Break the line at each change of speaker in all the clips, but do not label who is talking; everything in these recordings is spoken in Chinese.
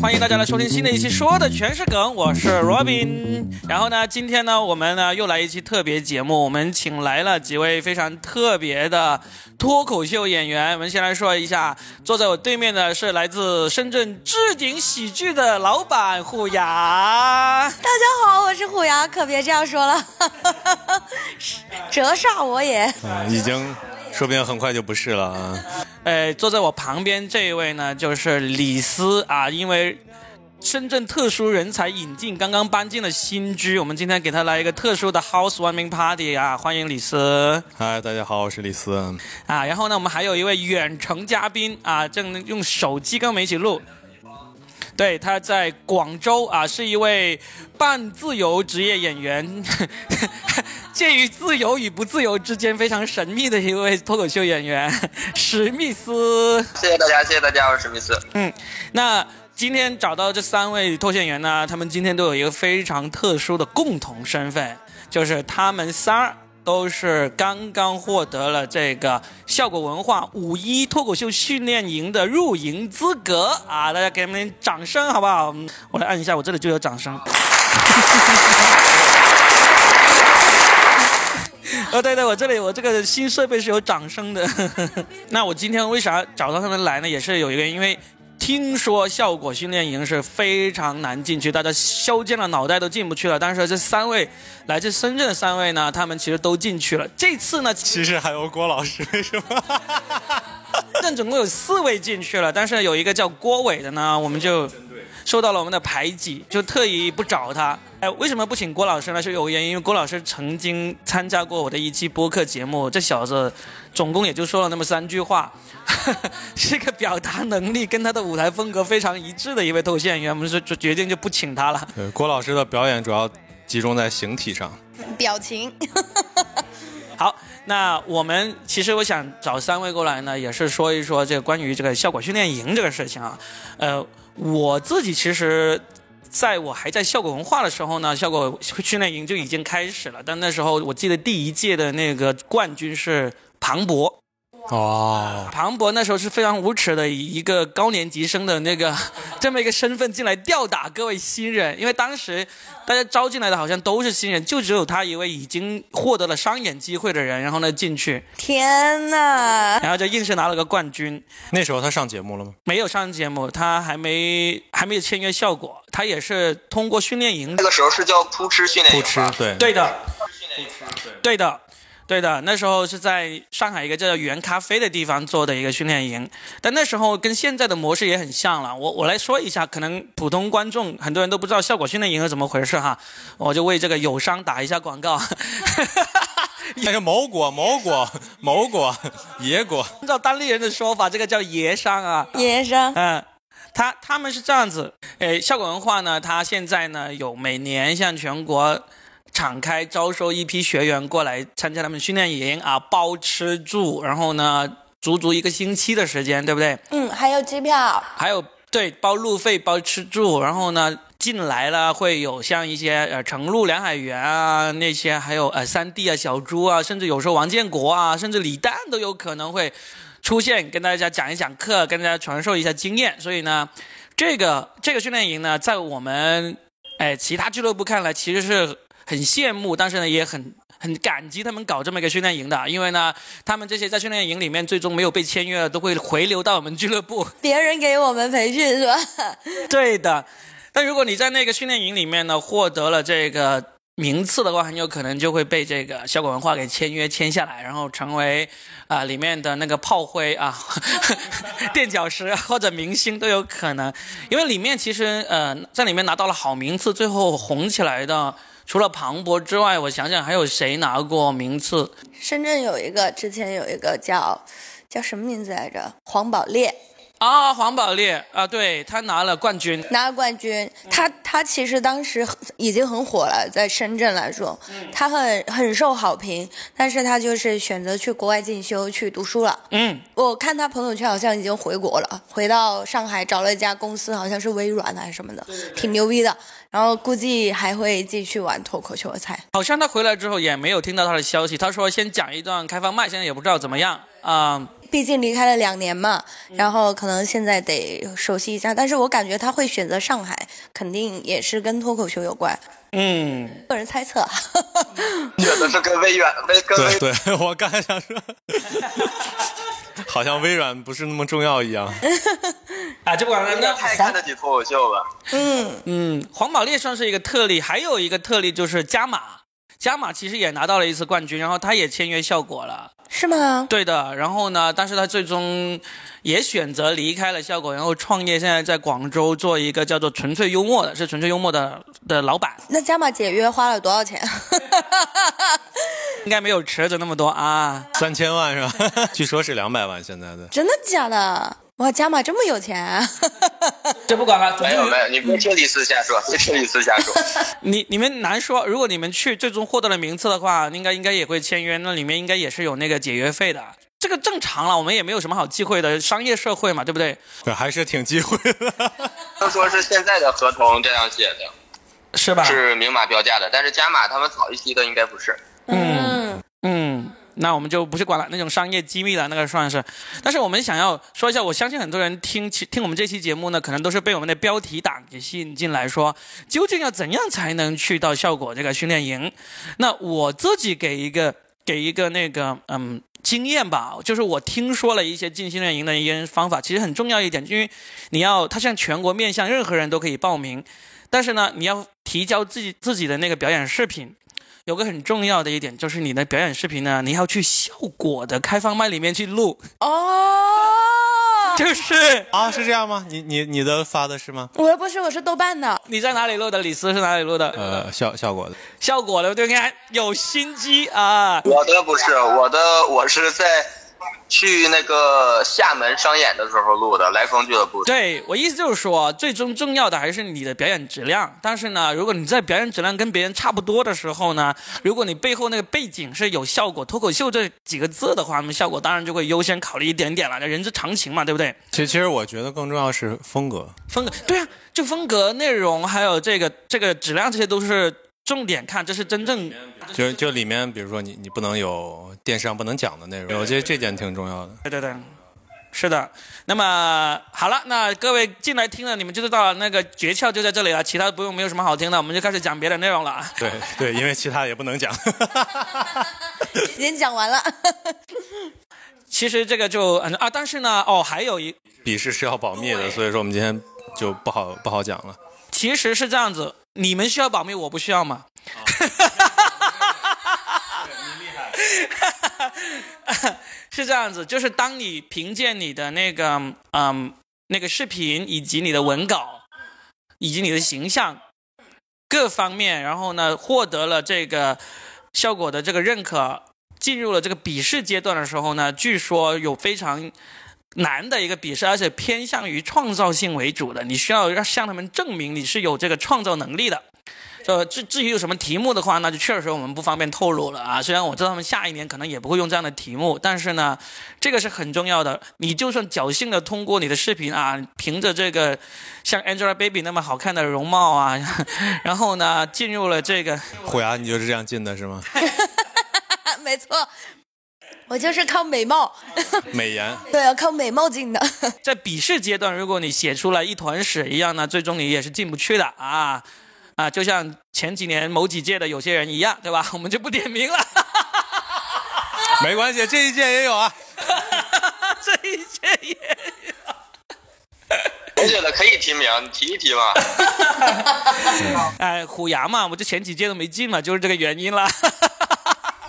欢迎大家来收听新的一期，说的全是梗，我是 Robin。然后呢，今天呢，我们呢又来一期特别节目，我们请来了几位非常特别的脱口秀演员。我们先来说一下，坐在我对面的是来自深圳置顶喜剧的老板虎牙。
大家好，我是虎牙，可别这样说了，折煞我也。
啊，已经，说不定很快就不是了啊。
呃，坐在我旁边这一位呢，就是李斯啊，因为深圳特殊人才引进刚刚搬进了新居，我们今天给他来一个特殊的 housewarming party 啊，欢迎李斯
嗨，大家好，我是李斯。
啊。然后呢，我们还有一位远程嘉宾啊，正用手机跟我们一起录。对，他在广州啊，是一位半自由职业演员， 介于自由与不自由之间非常神秘的一位脱口秀演员，史密斯。
谢谢大家，谢谢大家，我是史密斯。
那今天找到这三位脱线员呢，他们今天都有一个非常特殊的共同身份，就是他们仨儿都是刚刚获得了这个效果文化五一脱口秀训练营的入营资格啊！大家给他们掌声好不好？嗯我来按一下，我这里就有掌声。 哦，对对，我这里我这个新设备是有掌声的。 那我今天为啥找到他们来呢？也是有一个，因为听说效果训练营是非常难进去，大家削尖了脑袋都进不去了。但是这三位来自深圳的三位呢，他们其实都进去了。这次呢，
其实还有郭老师，为什么？
镇总共有四位进去了，但是有一个叫郭伟的呢，我们就受到了我们的排挤，就特意不找他。哎，为什么不请郭老师呢？是有原因，因为郭老师曾经参加过我的一期播客节目，这小子总共也就说了那么三句话， 是个表达能力跟他的舞台风格非常一致的一位脱口秀演员，我们就就决定就不请他了。
对，郭老师的表演主要集中在形体上。
表情，
好，那我们其实我想找三位过来呢，也是说一说这个关于这个效果训练营这个事情啊。呃，我自己其实。在我还在效果文化的时候呢，效果训练营就已经开始了。但那时候我记得第一届的那个冠军是庞博，
哦，
庞博那时候是非常无耻的，以一个高年级生的那个这么一个身份进来吊打各位新人，因为当时大家招进来的好像都是新人，就只有他一位已经获得了商演机会的人，然后呢进去，
天哪！
然后就硬是拿了个冠军，
那时候他上节目了吗？
没有上节目，他还没还没有签约效果，他也是通过训练营
那个时候是叫扑哧训练
不
营
吃
吧，
对，
对的，对的，对的。那时候是在上海一个叫原咖啡的地方做的一个训练营，但那时候跟现在的模式也很像了。我我来说一下，可能普通观众很多人都不知道效果训练营是怎么回事哈，我就为这个友商打一下广告。
那是某果、某 果、某果、野果。
按照当地人的说法，这个叫爷商啊。
野生，
嗯，他他们是这样子，诶，效果文化呢，它现在呢有每年向全国敞开招收一批学员过来参加他们训练营啊，包吃住，然后呢，足足一个星期的时间，对不对？
嗯，还有机票，
还有对包路费、包吃住，然后呢进来了会有像一些呃程璐、梁海源啊那些，还有呃三弟啊、小猪啊，甚至有时候王建国啊，甚至李诞都有可能会出现，跟大家讲一讲课，跟大家传授一下经验。所以呢，这个这个训练营呢，在我们哎其他俱乐部看来，其实是很羡慕，但是呢也很。很感激他们搞这么一个训练营的，因为呢，他们这些在训练营里面最终没有被签约的，都会回流到我们俱乐部，
别人给我们培训是吧？
对的。但如果你在那个训练营里面呢，获得了这个名次的话，很有可能就会被这个效果文化给签约签下来，然后成为啊、里面的那个炮灰啊、 垫脚石 啊或者明星都有可能。因为里面其实呃，在里面拿到了好名次，最后红起来的。除了庞博之外，我想想还有谁拿过名次？
深圳有一个，之前有一个叫叫什么名字来着？黄宝烈
啊，黄宝烈啊，对他拿了冠军。
拿了冠军，他他其实当时很已经很火了，在深圳来说，他很很受好评，但是他就是选择去国外进修去读书了。
嗯，
我看他朋友圈好像已经回国了，回到上海找了一家公司，好像是微软还是什么的，挺牛逼的。然后估计还会继续玩脱口秀，我猜。
好像他回来之后也没有听到他的消息。他说先讲一段开放麦，现在也不知道怎么样啊、
毕竟离开了两年嘛，然后可能现在得熟悉一下。但是我感觉他会选择上海，肯定也是跟脱口秀有关。
嗯，
个人猜测啊，
选的是跟微软微跟微
对对，我刚才想说，好像微软不是那么重要一样。
啊，这不管了。那
太
黄
看得起脱口秀了。
嗯，黄宝烈算是一个特例，还有一个特例就是加码，加码其实也拿到了一次冠军，然后他也签约效果了，
是吗？
对的。然后呢，但是他最终也选择离开了效果，然后创业，现在在广州做一个叫做“纯粹幽默”的，是纯粹幽默的的老板，
那加码解约花了多少钱？
应该没有池子那么多啊。
三千万是吧？ 据说是两百万现在的。
真的假的？哇，加码这么有钱、啊？
这不管了，纯
没
粹
有
幽
没有，你别听李四瞎说，别听李四瞎说。
你你们难说，如果你们去最终获得了名次的话，应该应该也会签约，那里面应该也是有那个解约费的，这个正常了，我们也没有什么好忌讳的，商业社会嘛，对不对？
对还是挺忌讳的。
都说是现在的合同这样写的，
是吧？
是明码标价的，但是加码他们早一期的应该不是。
嗯，
嗯，那我们就不去管了，那种商业机密了，那个算是。但是我们想要说一下，我相信很多人听其听我们这期节目呢，可能都是被我们的标题党给吸引进来说，究竟要怎样才能去到效果这个训练营？那我自己给一个给一个那个嗯。经验吧，就是我听说了一些进训练营的一些方法，其实很重要一点，因为你要它像全国面向任何人都可以报名，但是呢，你要提交自己自己的那个表演视频，有个很重要的一点就是你的表演视频呢，你要去效果的开放麦里面去录，
哦，
就是
啊，是这样吗？你你你的发的是吗？
我又不是，我是豆瓣的。
你在哪里录的，李斯是哪里录的，
呃，效效果的
效果的对不对？有心机啊，
我的不是，我的我是在去那个厦门商演的时候录的，来风俱乐部。
对我意思就是说，最终重要的还是你的表演质量。但是呢，如果你在表演质量跟别人差不多的时候呢，如果你背后那个背景是有效果，脱口秀这几个字的话，那么效果当然就会优先考虑一点点了，那人之常情嘛，对不对？
其实其实我觉得更重要是风格。
风格，对啊，就风格、内容，还有这个这个质量，这些都是重点看，这是真正
就就里面，比如说你你不能有电视上不能讲的内容，我觉得这点挺重要的。
对对对。是的，那么好了，那各位进来听了，你们就知道了，那个诀窍就在这里了，其他不用没有什么好听的，我们就开始讲别的内容了啊。
对对，因为其他也不能讲。
已经讲完了，
其实这个就嗯啊，但是呢，哦，还有一，
笔试是要保密的，所以说我们今天就不好不好讲了。
其实是这样子，你们需要保密，我不需要嘛。 是这样子，就是当你凭借你的那个嗯那个视频，以及你的文稿，以及你的形象各方面，然后呢获得了这个效果的这个认可，进入了这个笔试阶段的时候呢，据说有非常难的一个笔试，而且偏向于创造性为主的，你需要要向他们证明你是有这个创造能力的。呃，至至于有什么题目的话，那就确实我们不方便透露了啊。虽然我知道他们下一年可能也不会用这样的题目，但是呢，这个是很重要的。你就算侥幸的通过你的视频啊，凭着这个像 Angelababy 那么好看的容貌啊， 然后呢进入了这个
虎牙，你就是这样进的是吗？
没错，我就是靠美貌，
美颜，
对啊，靠美貌进的。
在笔试阶段，如果你写出来一团屎一样呢，最终你也是进不去的啊啊！就像前几年某几届的有些人一样，对吧？我 们就不点名了。
没关系，这一届也有啊。
这一届也，
我觉得可以提名，你提一提嘛。
哎，虎牙嘛，我就前几届都没进嘛，就是这个原因啦。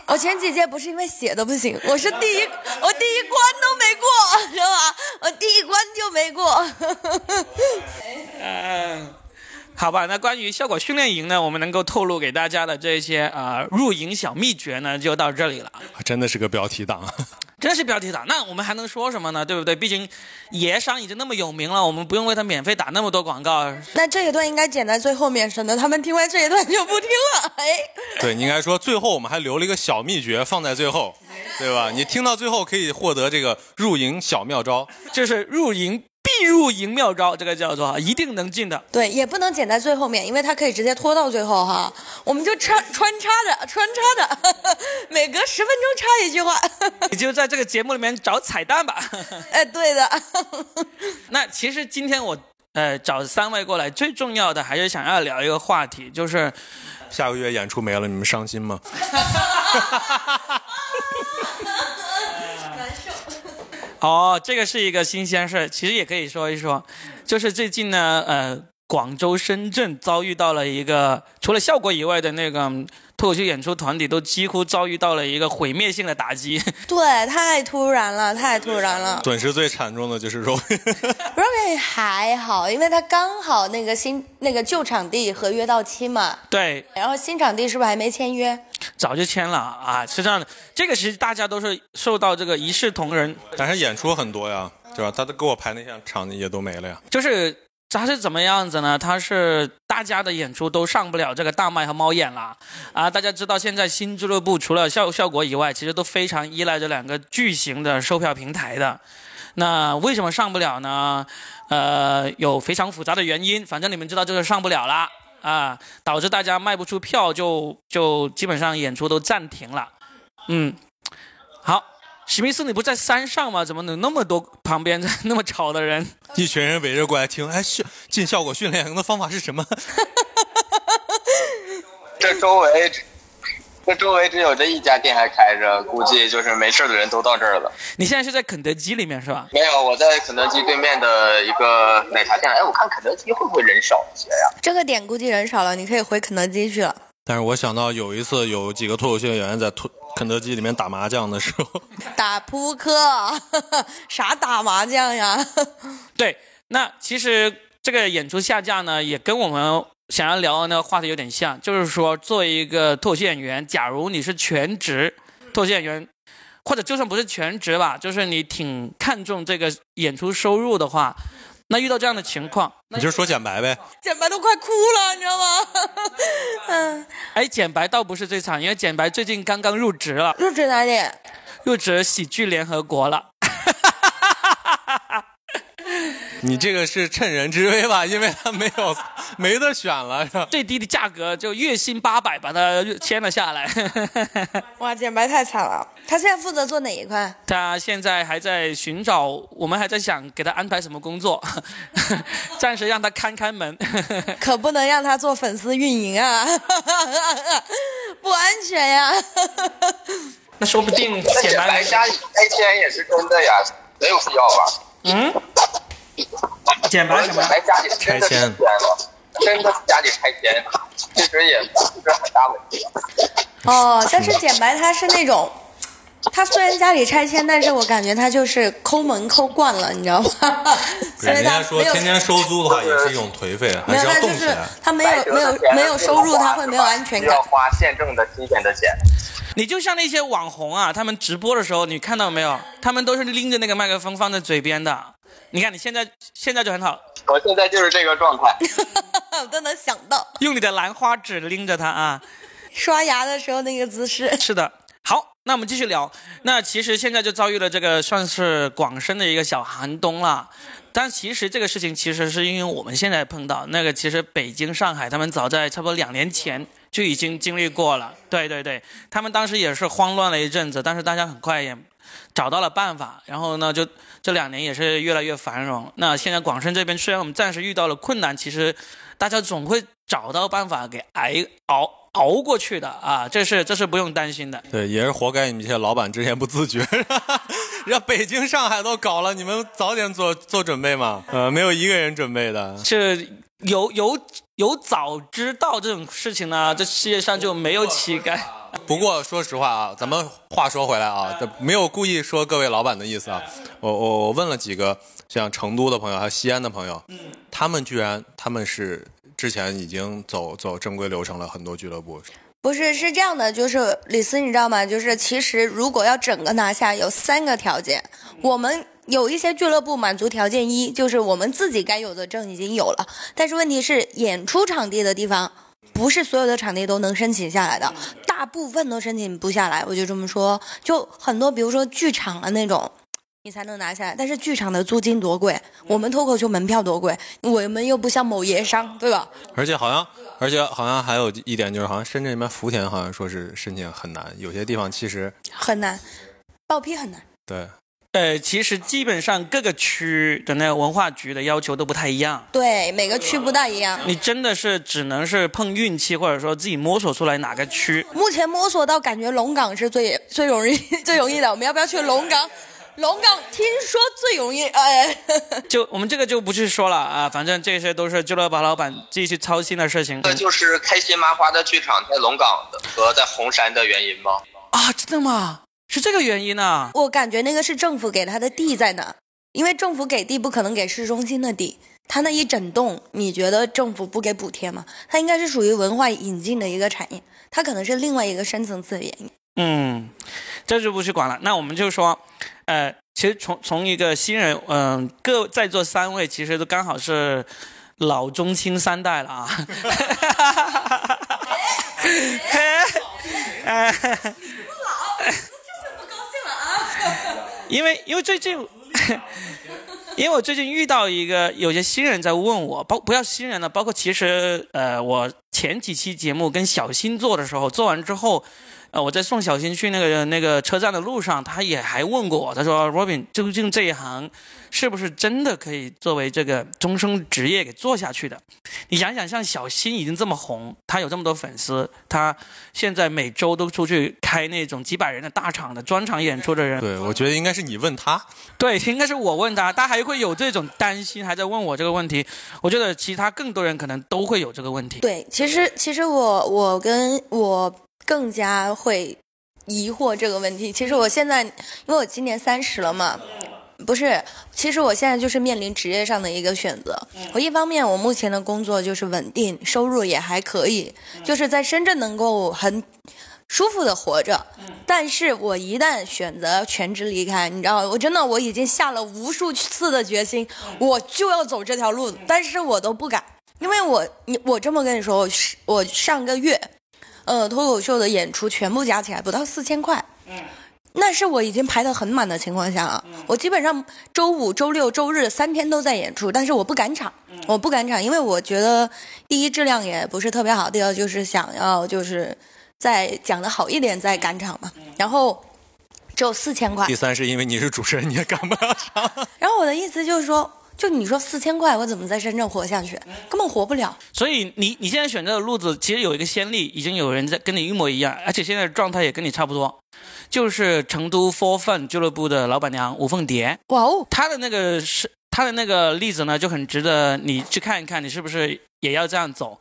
我前几届不是因为写的不行，我是第一，我第一关都没过，知道吧？我第一关就没过。
嗯， 好吧，那关于效果训练营呢，我们能够透露给大家的这些啊、呃入营小秘诀呢，就到这里了。
真的是个标题党。啊
真是标题党，那我们还能说什么呢？对不对？毕竟爷商已经那么有名了，我们不用为他免费打那么多广告，
那这一段应该剪在最后面，省得他们听完这一段就不听了。哎，
对你应该说，最后我们还留了一个小秘诀放在最后，对吧？你听到最后可以获得这个入营小妙招。
就是入营必一入银妙招，这个叫做一定能进的。
对，也不能剪在最后面，因为它可以直接拖到最后哈。我们就穿穿插着穿插着， 每隔十分钟插一句话。
你就在这个节目里面找彩蛋吧。
哎，对的。
那其实今天我呃找三位过来，最重要的还是想要聊一个话题，就是
下个月演出没了，你们伤心吗？
哦，这个是一个新鲜事儿，其实也可以说一说，就是最近呢，呃，广州、深圳遭遇到了一个除了效果以外的那个嗯脱口秀演出团体都几乎遭遇到了一个毁灭性的打击。
对，太突然了，太突然了。
损失最惨重的就是肉。
Robin 还好，因为他刚好那个新那个旧场地合约到期嘛，
对，
然后新场地是不是还没签约？
早就签了啊，是这样的，这个其实大家都是受到这个一视同仁，
但是演出很多呀，对吧？他都给我排那些场也都没了呀。
就是他是怎么样子呢？他是大家的演出都上不了这个大麦和猫眼了啊！大家知道现在新俱乐部除了效效果以外，其实都非常依赖这两个巨型的售票平台的。那为什么上不了呢？呃，有非常复杂的原因，反正你们知道就是上不了啦啊，导致大家卖不出票就，就基本上演出都暂停了。嗯，好，史密斯，你不在山上吗？怎么有那么多旁边 那么吵的人？
一群人围着过来听，哎，训进效果训练营的方法是什么？
这周围，这周围只有这一家店还开着，估计就是没事的人都到这儿了。
你现在是在肯德基里面是吧？
没有，我在肯德基对面的一个奶茶店。哎，我看肯德基会不会人少一些呀？
这个点估计人少了，你可以回肯德基去了。
但是我想到有一次有几个脱口秀演员在脱肯德基里面打麻将的时候，
打扑克， 啥打麻将呀？
对，那其实这个演出下架呢，也跟我们想要聊的那个话题有点像，就是说，作为一个脱口秀演员，假如你是全职脱口秀演员，或者就算不是全职吧，就是你挺看重这个演出收入的话，那遇到这样的情况，
你就说简白呗。
简白都快哭了，你知道吗？嗯，
哎，简白倒不是最惨，因为简白最近刚刚入职了，
入职哪里？
入职喜剧联合国了。
你这个是趁人之危吧？因 为他没有没得选 了，是吧？
最低的价格就月薪八百，把它签了下来。
哇，简白太惨了。他现在负责做哪一块？
他现在还在寻找，我们还在想给他安排什么工 作，暂时让他看看门。
可不能让他做粉丝运营啊， 不安全呀。
那说不定
那
简
简
单
白家那天也是真的呀，没有必要吧？
嗯，简白什
简
么？
白家里是真的拆迁了，真的家里拆迁，其实也不是很大问题。啊
哦，但是简白他是那种，他虽然家里拆迁，但是我感觉他就是抠门抠惯了，你知道 吗？所以
人
他
家说
没有
天天收租的话也是一种颓废，啊还
没有
是要
他就
动起
是
来。
他没有没有没有收入，他会没有安全感
要。花现挣的新鲜的钱。
你就像那些网红啊，他们直播的时候，你看到没有？他们都是拎着那个麦克风放在嘴边的。你看你现在现在就很好，
我现在就是这个状态。
我都能想到
用你的兰花指拎着它啊。
刷牙的时候那个姿势。
是的，好，那我们继续聊。那其实现在就遭遇了这个算是广深的一个小寒冬了，但其实这个事情其实是因为我们现在碰到那个，其实北京、上海他们早在差不多两年前就已经经历过了。对对对，他们当时也是慌乱了一阵子，但是大家很快也找到了办法，然后呢，就这两年也是越来越繁荣。那现在广深这边虽然我们暂时遇到了困难，其实大家总会找到办法给挨熬熬过去的啊，这是这是不用担心的。
对，也是活该你们这些老板之前不自觉， 让北京、上海都搞了，你们早点做做准备嘛。呃，没有一个人准备的。
是有有有早知道这种事情呢，这世界上就没有乞丐。
不过说实话啊，咱们话说回来啊，这没有故意说各位老板的意思啊。我我我问了几个像成都的朋友，还有西安的朋友，他们居然他们是之前已经走走正规流程了，很多俱乐部。
不是，是这样的，就是李斯，你知道吗？就是其实如果要整个拿下，有三个条件。我们有一些俱乐部满足条件一，就是我们自己该有的证已经有了，但是问题是演出场地的地方，不是所有的场地都能申请下来的，大部分都申请不下来。我就这么说，就很多，比如说剧场啊那种。你才能拿下来。但是剧场的租金多贵，我们脱口秀门票多贵，我们又不像某爷商，对吧？
而且好像，而且好像还有一点就是，好像深圳那边福田好像说是申请很难，有些地方其实
很难，报批很难。
对
呃，其实基本上各个区的那个文化局的要求都不太一样，
对，每个区不大一样。
你真的是只能是碰运气，或者说自己摸索出来哪个区。
目前摸索到，感觉龙岗是最最容易 最容易的。我们要不要去龙岗？龙岗听说最容易，哎，
就我们这个就不去说了啊，反正这些都是俱乐部老板自己去操心的事情。
这就是开心麻花的剧场在龙岗的和在红山的原因吗？
啊，真的吗？是这个原因啊？
我感觉那个是政府给他的地在哪儿，因为政府给地不可能给市中心的地，他那一整栋，你觉得政府不给补贴吗？它应该是属于文化引进的一个产业，它可能是另外一个深层次的原因。
嗯，这就不去管了。那我们就说，呃，其实从从一个新人，嗯、各在座三位其实都刚好是老中青三代了啊。 因为因为最近， 因为我最近遇到一个有些新人在问我，包不要新人了，包括其实呃，我前几期节目跟小新做的时候，做完之后，呃，我在送小新去那个那个车站的路上，他也还问过我，他说：“Robin，究竟这一行是不是真的可以作为这个终生职业给做下去的？”你想想，像小新已经这么红，他有这么多粉丝，他现在每周都出去开那种几百人的大场的专场演出的人，
对，我觉得应该是你问他，
对，应该是我问他，他还会有这种担心，还在问我这个问题。我觉得其他更多人可能都会有这个问题。
对，其实其实我我跟我更加会疑惑这个问题。其实我现在，因为我今年三十了嘛，不是，其实我现在就是面临职业上的一个选择。我一方面我目前的工作就是稳定，收入也还可以，就是在深圳能够很。舒服的活着，但是我一旦选择全职离开，你知道，我真的我已经下了无数次的决心，我就要走这条路，但是我都不敢，因为我你我这么跟你说，我是我上个月，呃，脱口秀的演出全部加起来不到四千块，那是我已经排得很满的情况下啊，我基本上周五、周六、周日三天都在演出，但是我不赶场，我不赶场，因为我觉得第一质量也不是特别好，第二就是想要就是再讲的好一点再赶场嘛，然后只有四千块
第，三是因为你是主持人，你也赶不了场。
然后我的意思就是说，就你说四千块，我怎么在深圳活下去？根本活不了。
所以你你现在选择的路子，其实有一个先例，已经有人在跟你一模一样，而且现在的状态也跟你差不多，就是成都 Four Fun 俱乐部的老板娘吴凤蝶，
哇哦，
她的那个是她的那个例子呢，就很值得你去看一看，你是不是也要这样走。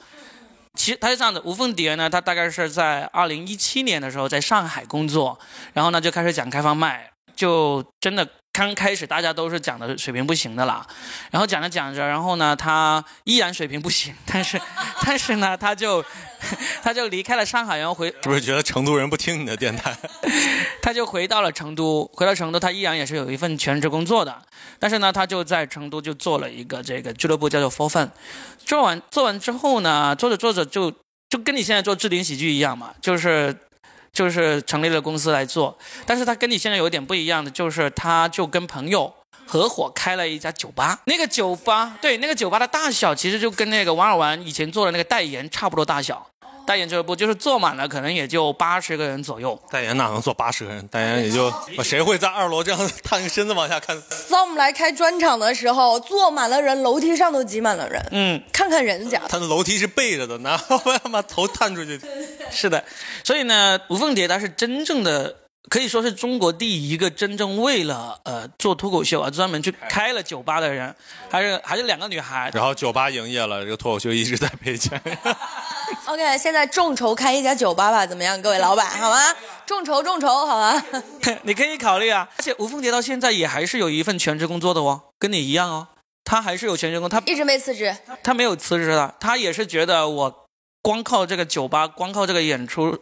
其实她是这样的，吴凤蝶呢，她大概是在二零一七年的时候在上海工作，然后呢就开始讲开放麦，就真的刚开始大家都是讲的水平不行的啦，然后讲着讲着，然后呢她依然水平不行，但是 但是呢她就 她就离开了上海，然后回
是不是觉得成都人不听你的电台？
他就回到了成都，回到成都，他依然也是有一份全职工作的，但是呢，他就在成都就做了一个这个俱乐部，叫做 For Fun。做完做完之后呢，做着做着就就跟你现在做置顶喜剧一样嘛，就是就是成立了公司来做，但是他跟你现在有一点不一样的，就是他就跟朋友。合伙开了一家酒吧，那个酒吧对那个酒吧的大小其实就跟那个王尔玩以前做的那个代言差不多大小，代言俱乐部就是坐满了可能也就八十个人左右，
代言哪能坐八十个人？代言也就谁会在二楼这样探个身子往下看？
当我们来开专场的时候，坐满了人，楼梯上都挤满了人。
嗯，
看看人家，
他的楼梯是背着的，哪有办法头探 出去？
是的，所以呢，吴凤蝶她是真正的，可以说是中国第一个真正为了呃做脱口秀而专门去开了酒吧的人，还是还是两个女孩。
然后酒吧营业了，这个脱口秀一直在赔钱。
OK，现在众筹开一家酒吧吧，怎么样，各位老板，好吗？众筹，众筹，好吗？
你可以考虑啊，而且吴凤蝶到现在也还是有一份全职工作的哦，跟你一样哦，她还是有全职工，她
一直没辞职，
她没有辞职的，她也是觉得我光靠这个酒吧，光靠这个演出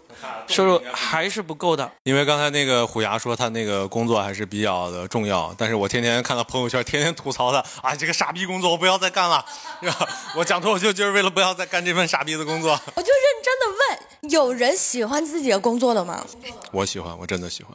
收入还是不够的。
因为刚才那个虎牙说他那个工作还是比较的重要，但是我天天看到朋友圈，天天吐槽他啊，这个傻逼工作我不要再干了， 是吧？我讲脱口秀就是为了不要再干这份傻逼的工作。
我就认真的问，有人喜欢自己的工作的吗？
我喜欢，我真的喜欢。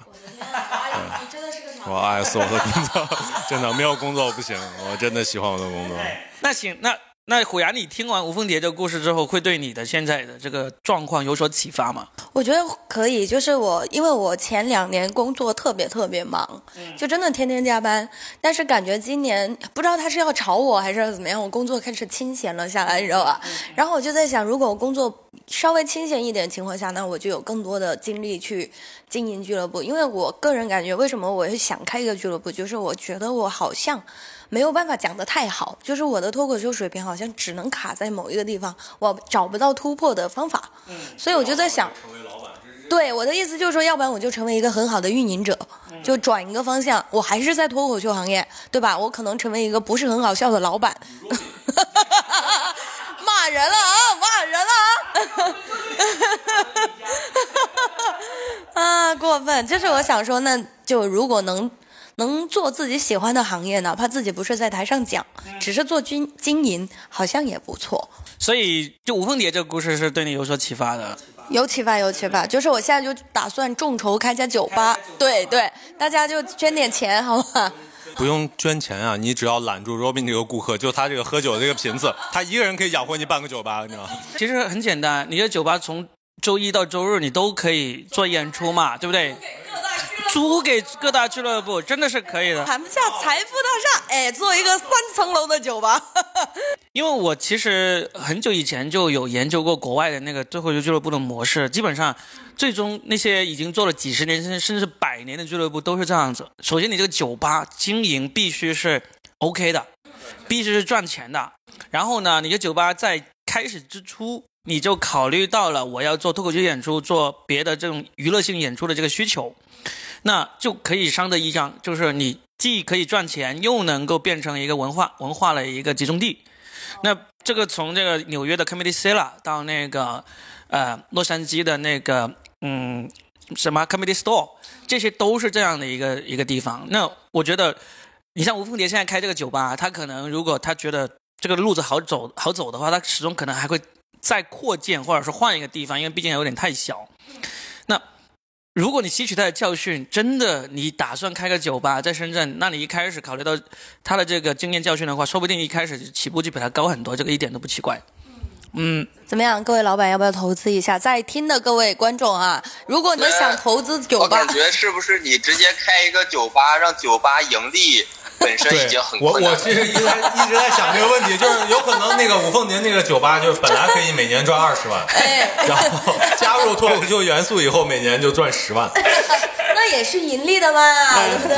哎你真的是个傻
我爱死我的工作， 真的没有工作我不行，我真的喜欢我的工作。
那行，那那虎牙，你听完吴凤蝶这个故事之后，会对你的现在的这个状况有所启发吗？
我觉得可以，就是我，因为我前两年工作特别特别忙，就真的天天加班。但是感觉今年不知道他是要炒我还是怎么样，我工作开始清闲了下来，你知道吧？然后我就在想，如果我工作稍微清闲一点的情况下，那我就有更多的精力去经营俱乐部。因为我个人感觉，为什么我会想开一个俱乐部，就是我觉得我好像。没有办法讲得太好，就是我的脱口秀水平好像只能卡在某一个地方，我找不到突破的方法。嗯，所以我就在想，对，我的意思就是说，要不然我就成为一个很好的运营者，就转一个方向。我还是在脱口秀行业，对吧？我可能成为一个不是很好笑的老板。 骂人了啊！骂人了啊！啊， 过分！这是我想说，那就如果能能做自己喜欢的行业，哪怕自己不是在台上讲，只是做经经营，好像也不错。
所以，就吴凤蝶这个故事是对你有所启发的。
有启发，有启发。就是我现在就打算众筹开家酒吧，对对，大家就捐点钱，好吗？
不用捐钱啊，你只要揽住 Robin 这个顾客，就他这个喝酒的这个频次，他一个人可以养活你半个酒吧，你知道吗？
其实很简单，你这酒吧从周一到周日你都可以做演出嘛，对不对？租给各大俱乐部真的是可以的。
谈不下财富大厦，哎，做一个三层楼的酒吧。
因为我其实很久以前就有研究过国外的那个最后一个俱乐部的模式，基本上最终那些已经做了几十年甚至甚至百年的俱乐部都是这样子。首先，你这个酒吧经营必须是 OK 的，必须是赚钱的。然后呢，你的酒吧在开始之初你就考虑到了我要做脱口秀演出、做别的这种娱乐性演出的这个需求，那就可以商得一张，就是你既可以赚钱，又能够变成一个文化文化的一个集中地。那这个从这个纽约的 Comedy Cellar 到那个呃洛杉矶的那个嗯什么 Comedy Store，这些都是这样的一个一个地方。那我觉得，你像吴凤蝶现在开这个酒吧，他可能如果他觉得这个路子好走好走的话，他始终可能还会再扩建，或者说换一个地方，因为毕竟有点太小。那如果你吸取他的教训，真的你打算开个酒吧在深圳，那你一开始考虑到他的这个经验教训的话，说不定一开始起步就比他高很多，这个一点都不奇怪。嗯，
怎么样，各位老板要不要投资一下？在听的各位观众啊，如果你们想投资酒
我
吧
感，觉是不是你直接开一个酒吧，让酒吧盈利，本身已经很
我
困难
我
了。
其实一直在一直在想这个问题，就是有可能那个五凤年那个酒吧，就是本来可以每年赚二十万，
哎
然后加入脱口秀元素以后，每年就赚十万。
那也是盈利的嘛，对不对？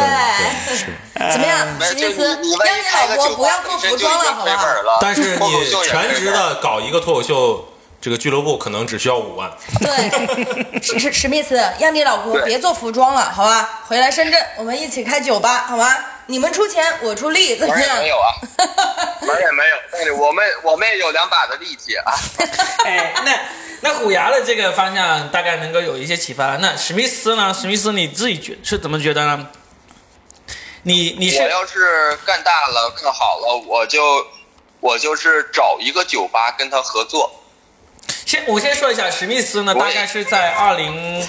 对是
怎么样，
那
史
就
密
你
斯，
你
要
万一
你老
开个
婆
酒
不要
吧，
做服
本身就已经
装了，好
亏本
吧？
了。
但是
脱口
你
秀也
全
亏
职
本
的搞一个脱口秀这个俱乐部，可能只需要五万。
对，史史史密斯，让你老婆
对
别做服装了，好吧？回来深圳，我们一起开酒吧，好吗？你们出钱，我出力，怎
门
么
儿也
样
没？有 啊，门儿也没有。但是我们我们也有两把的力气啊。
哎，那那虎牙的这个方向大概能够有一些启发。那史密斯呢？史密斯你自己觉是怎么觉得呢？你你是
我要是干大了、干好了，我就我就是找一个酒吧跟他合作。
先我先说一下，史密斯呢，
我
大概是在二零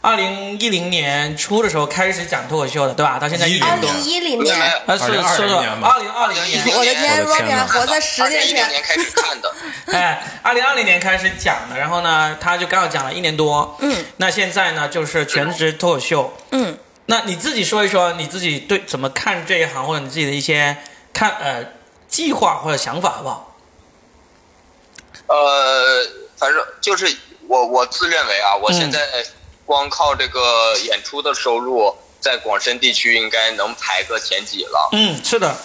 二零一零年初的时候开始讲脱口秀的，对吧？到现在一
2010
二
年
零一零
没有没
年
有，
呃，是说
2020
说
年吧
二零二零年，
我的天，
我
罗
的天
敏
哪
活在十年
一零
前。
年开始看的，
哎，二零二零年开始讲的，然后呢，他就刚好讲了一年多。
嗯，
那现在呢，就是全职脱口秀。
嗯，
那你自己说一说，你自己对怎么看这一行，或者你自己的一些看呃计划或者想法，好不好？
呃，反正就是我我自认为啊，我
嗯
现在光靠这个演出的收入，在广深地区应该能排个前几了。
嗯，是的，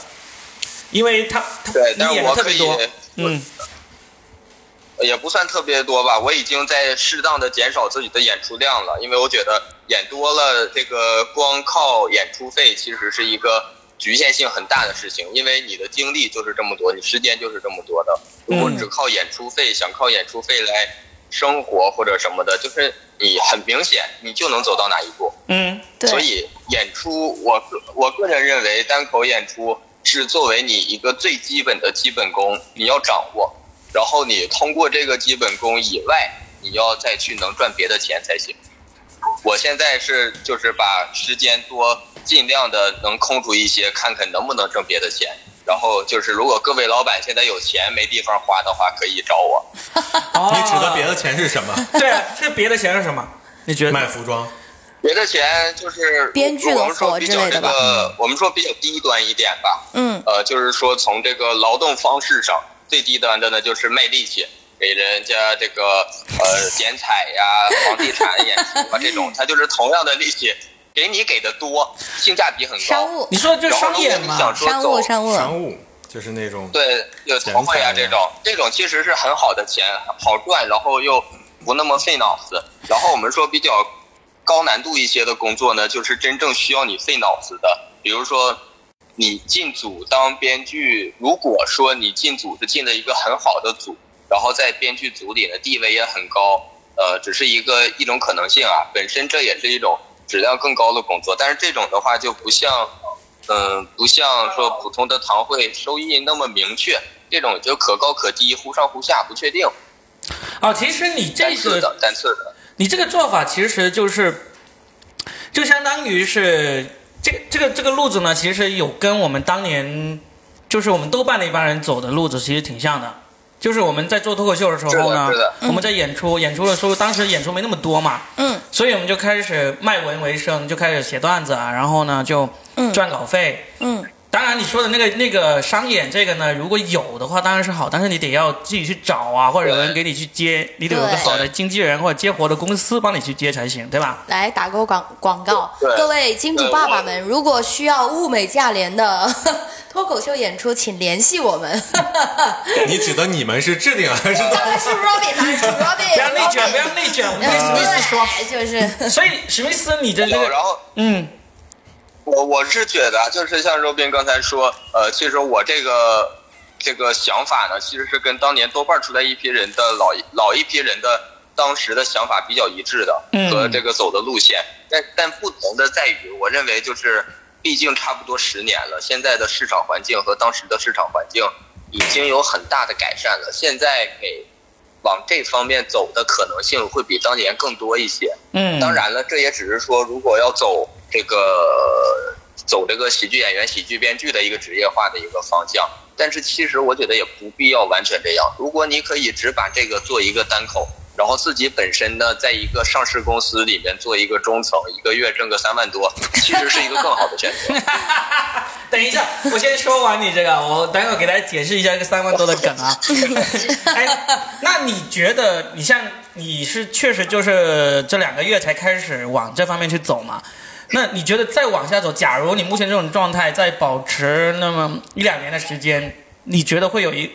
因为他他
对，
你
但是
演的
我
特
可
别
以
多。嗯，
也不算特别多吧，我已经在适当的减少自己的演出量了，因为我觉得演多了，这个光靠演出费其实是一个局限性很大的事情，因为你的精力就是这么多，你时间就是这么多的。如果只靠演出费，想靠演出费来生活或者什么的，就是你很明显你就能走到哪一步。
嗯，
所以演出，我个我个人认为，单口演出是作为你一个最基本的基本功，你要掌握，然后你通过这个基本功以外，你要再去能赚别的钱才行。我现在是就是把时间多尽量的能空出一些，看看能不能挣别的钱。然后就是，如果各位老板现在有钱没地方花的话，可以找我。
哦
你指的别的钱是什么？
对，啊这别的钱是什么？你觉
卖
得？
服装，
别的钱就是
编剧的
我们说比
活之
较
类
这
的吧
个，我们说比较低端一点吧。
嗯，
呃，就是说从这个劳动方式上，最低端的呢就是卖力气，给人家这个呃剪彩 呀、房地产演出啊这种，它就是同样的力气，给你给的多，性价比很高。
商务
你说的就是商业
然后如果
嘛
你想？说
商务
走
商务，
商务就是那种
对，有头发呀这种，这种其实是很好的钱，好赚，然后又不那么费脑子。然后我们说比较高难度一些的工作呢，就是真正需要你费脑子的，比如说你进组当编剧，如果说你进组是进了一个很好的组，然后在编剧组里的地位也很高，呃，只是一个一种可能性啊，本身这也是一种质量更高的工作，但是这种的话就不像。嗯，不像说普通的堂会收益那么明确，这种就可高可低，忽上忽下，不确定，
哦，其实你这
单次
个
的，单次的。
你这个做法其实就是，就相当于是这这个这个路子呢，其实有跟我们当年就是我们豆瓣那帮人走的路子其实挺像的。就是我们在做脱口秀的时候呢
是的是的，嗯
我们在演出，演出的时候，当时演出没那么多嘛，
嗯
所以我们就开始卖文为生，就开始写段子啊，然后呢就
嗯
赚稿费。
嗯，
当然，你说的那个那个商演这个呢，如果有的话当然是好，但是你得要自己去找啊，或者有人给你去接，你得有个
对
好的经纪人或者接活的公司帮你去接才行，对吧？
来打个广广告，
对
各位金主爸爸们，如果需要物美价廉的 脱口秀演出，请联系我们。
你指的你们是制定还是？
当然是 Robin，当然是 Robin，
不要内卷，不要内卷， 我们对史密斯
嗯
哎说。
对 就是
所以史密斯，你的这
然
个，
后
嗯，
我我是觉得啊，就是像周斌刚才说，呃，其实我这个这个想法呢，其实是跟当年豆瓣出来一批人的老一老一批人的当时的想法比较一致的，
嗯
和这个走的路线。但但不同的在于，我认为就是，毕竟差不多十年了，现在的市场环境和当时的市场环境已经有很大的改善了。现在给往这方面走的可能性会比当年更多一些。
嗯，
当，然了，这也只是说，如果要走这个走这个喜剧演员、喜剧编剧的一个职业化的一个方向，但是其实我觉得也不必要完全这样。如果你可以只把这个做一个单口，然后自己本身呢，在一个上市公司里面做一个中层，一个月挣个三万多，其实是一个更好的选择。
等一下，我先说完你这个，我等会儿给大家解释一下这个三万多的梗啊。哎，那你觉得，你像你是确实就是这两个月才开始往这方面去走嘛？那你觉得再往下走，假如你目前这种状态再保持那么一两年的时间，你觉得会有一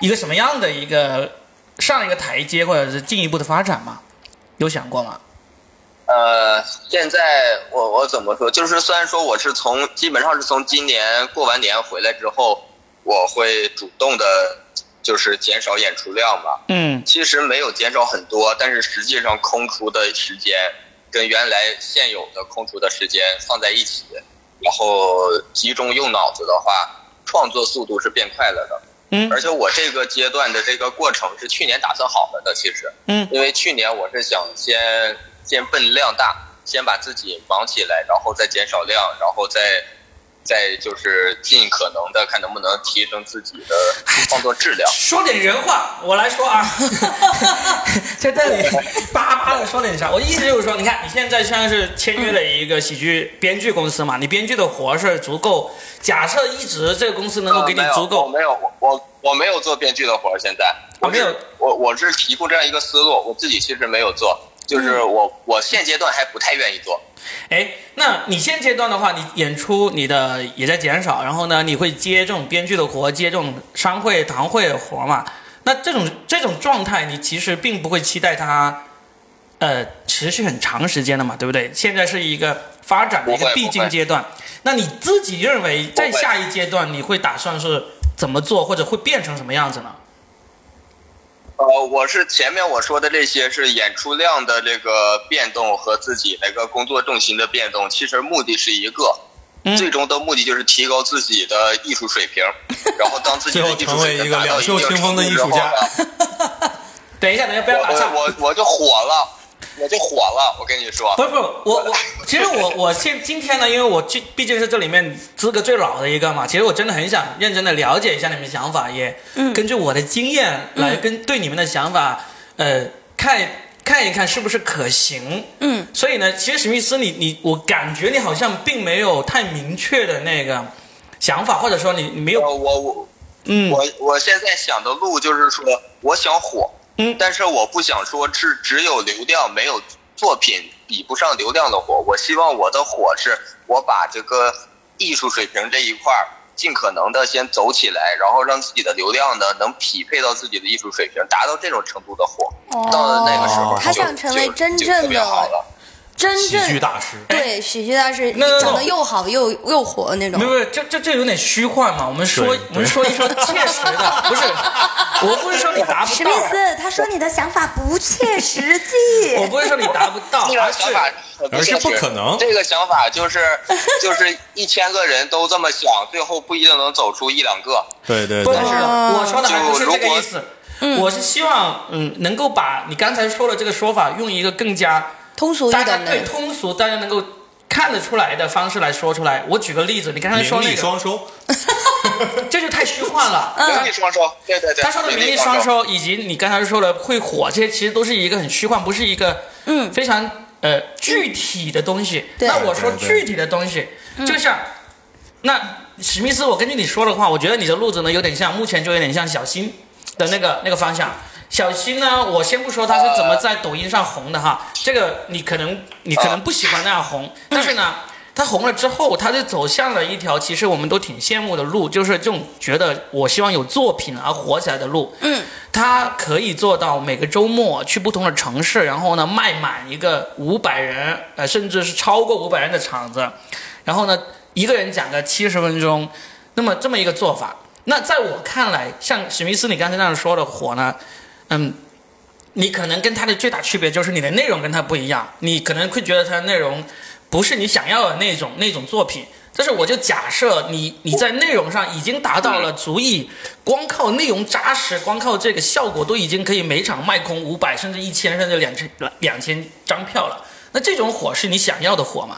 一个什么样的一个上一个台阶，或者是进一步的发展吗？有想过吗？
呃，现在我我怎么说？就是虽然说我是从基本上是从今年过完年回来之后，我会主动的，就是减少演出量嘛。
嗯
其实没有减少很多，但是实际上空出的时间跟原来现有的空出的时间放在一起，然后集中用脑子的话，创作速度是变快了的。
嗯
而且我这个阶段的这个过程是去年打算好了的，其实，
嗯
因为去年我是想先先奔量大，先把自己忙起来，然后再减少量，然后再再就是尽可能的看能不能提升自己的
哎
创作质量。
说点人话，我来说 啊，在这里叭叭的说点啥？我意思就是说，你看你现在像是签约了一个喜剧编剧公司嘛，你编剧的活是足够。假设一直这个公司能够给你
呃没有
足
我
够，
没有，我我我没有做编剧的活儿，现在
啊
我
没有
是我我是提供这样一个思路，我自己其实没有做，就是
嗯
我、我现阶段还不太愿意做。
哎，那你现阶段的话，你演出你的也在减少，然后呢，你会接这种编剧的活，接这种商会堂会的活嘛？那这种这种状态，你其实并不会期待它，呃，持续很长时间的嘛，对不对？现在是一个发展的一
不
个
会
必
不
经
会
阶段。那你自己认为在
不会
下一阶段你会打算是怎么做，或者会变成什么样子呢？
呃，我是前面我说的这些是演出量的这个变动和自己那个工作重心的变动，其实目的是一个，
嗯
最终的目的就是提高自己的艺术水平，然后当自己的
最后
艺术
成为
水
一
平
个
达到
两
一
袖
定
清
程
风的
度
艺
之
术
后
家
呢，
等一下，等一下，不要打岔。
我我我就火了，我就火了。我跟你说，
不是不是，我我其实我我现今天呢，因为我这毕竟是这里面资格最老的一个嘛，其实我真的很想认真的了解一下你们的想法，也
嗯
根据我的经验来跟、对你们的想法，呃，看看一看是不是可行。
嗯，
所以呢，其实史密斯你，你我感觉你好像并没有太明确的那个想法，或者说你你没
呃
有
我我
嗯
我我现在想的路就是说，我想火，
嗯
但是我不想说是只有流量没有作品比不上流量的火。我希望我的火是，我把这个艺术水平这一块儿尽可能的先走起来，然后让自己的流量呢能匹配到自己的艺术水平，达到这种程度的火。到了那个时
哦
候就，
他哦想成为
就
真
就
正
特别
的
好了
真
喜剧
正
大师。
对喜剧大师
那那
长得
那
又好又又火那种
哎没有，没有，这这这有点虚幻嘛。我们说
对
我们说一说切实的，不是，我不是说你达不
史
到
密，斯，他说你的想法不切实际。
我不是说你达不 到，
这
而
个
是
想法很
而啊是
现实
不可能
这个想法就是就是一千个人都这么想，最后不一定能走出一两个。
对对
不
对
是，，
哦
我说的还不是这个意思。我是希望，嗯，能够把你刚才说的这个说法，用一个更加
通俗一
大家
点
对
的。
通俗、大家能够看得出来的方式来说出来。我举个例子，你刚才说
名
那
利
个，
双收，
这就太虚幻 了。
名利双收，对对
嗯
对，
他说的名利双收，以及你刚才说的会火，这些其实都是一个很虚幻，不是一个
嗯
非常呃具体的东西。
对嗯
那我说
对对
具体的东西，就像那史密斯，我根据你说的话，我觉得你的路子呢有点像，目前就有点像小新的那个那个方向。小新呢，我先不说他是怎么在抖音上红的哈，这个你可能你可能不喜欢那样红，但是呢。他红了之后，他就走向了一条其实我们都挺羡慕的路，就是这种觉得我希望有作品而火起来的路。
嗯，
他可以做到每个周末去不同的城市，然后呢卖满一个五百人，呃，甚至是超过五百人的场子，然后呢一个人讲个七十分钟，那么这么一个做法，那在我看来，像史密斯你刚才那样说的火呢，嗯。你可能跟他的最大区别就是你的内容跟他不一样，你可能会觉得他的内容不是你想要的那种那种作品。但是我就假设你你在内容上已经达到了足以光靠内容扎实，光靠这个效果都已经可以每场卖空五百甚至一千甚至两千两千张票了。那这种火是你想要的火吗？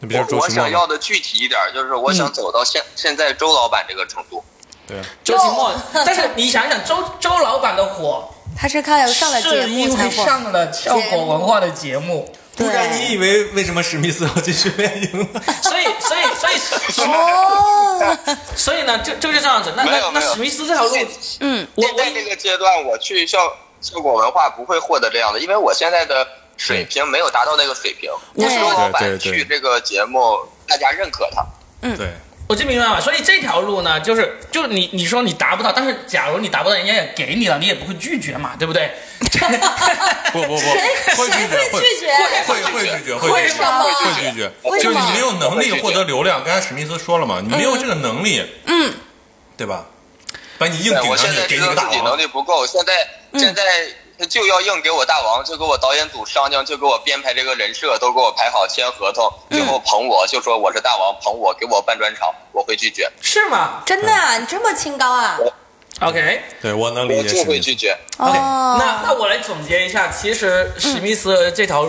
那不就是
我
周
我
奇墨
想
吗？
要的具体一点，就是我
嗯
想走到现现在周老板这个程度。
对啊，
周奇墨，但是你想想周周老板的火
他是看上了节
是
目
因
才
为
火，
上了效果文化的节目，
不然你
对
以为为什么史密斯要继续练英呢？
所以所以所以 所以
哦，
所以呢，就就是这样子。那
没
那
有
那
没有
史密斯这条路，
嗯
我
现
我
在这个阶段，我去效效果文化不会获得这样的，因为我现在的水平没有达到那个水平。
我
周
说
老
对
板
对
去这个节目，大家认可他。
对，
我就明白了，所以这条路呢，就是就是你你说你达不到，但是假如你达不到，人家也给你了，你也不会拒绝嘛，对不对？
不不不，会拒绝，会
拒绝
会会拒绝，
会
会拒绝，
吗
会拒绝，
为
什
就
么
是你没有能力获得流量。刚才史密斯说了嘛，你没有这个能力，嗯，对吧？把你硬
对，
顶
我
上
现
去
在，
给
知
你
道
个大
自己能
王。
力不够，现在
嗯
现在就要硬给我大王，就给我导演组商量，就给我编排这个人设，都给我排好签合同，最后捧我就说我是大王，捧我给我办专场，我会拒绝，
是吗
真的啊，你这么清高啊？
？OK，
对我能
我
理解
就
史
会
密
拒
斯，
绝。
哦，
那那我来总结一下，其实史密斯这条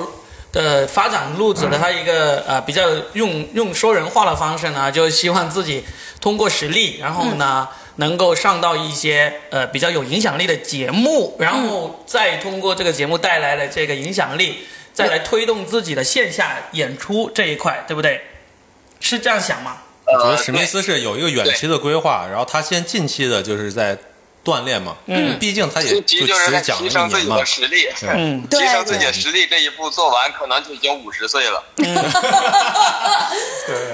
的发展路子的他一个呃比较用用说人话的方式呢，就是希望自己通过实力，然后呢、能够上到一些呃比较有影响力的节目，然后再通过这个节目带来的这个影响力，再来推动自己的线下演出这一块，对不对？是这样想吗？
我觉
呃，
得史密斯是有一个远期的规划，然后他先近期的就是在锻炼嘛，嗯，毕竟他也就
对，提
只
就是在
讲
提
了
升
一
自
年
己
嘛
的，实力，
嗯
提
对
升自己的实力这一步做完，可能就已经五十岁了。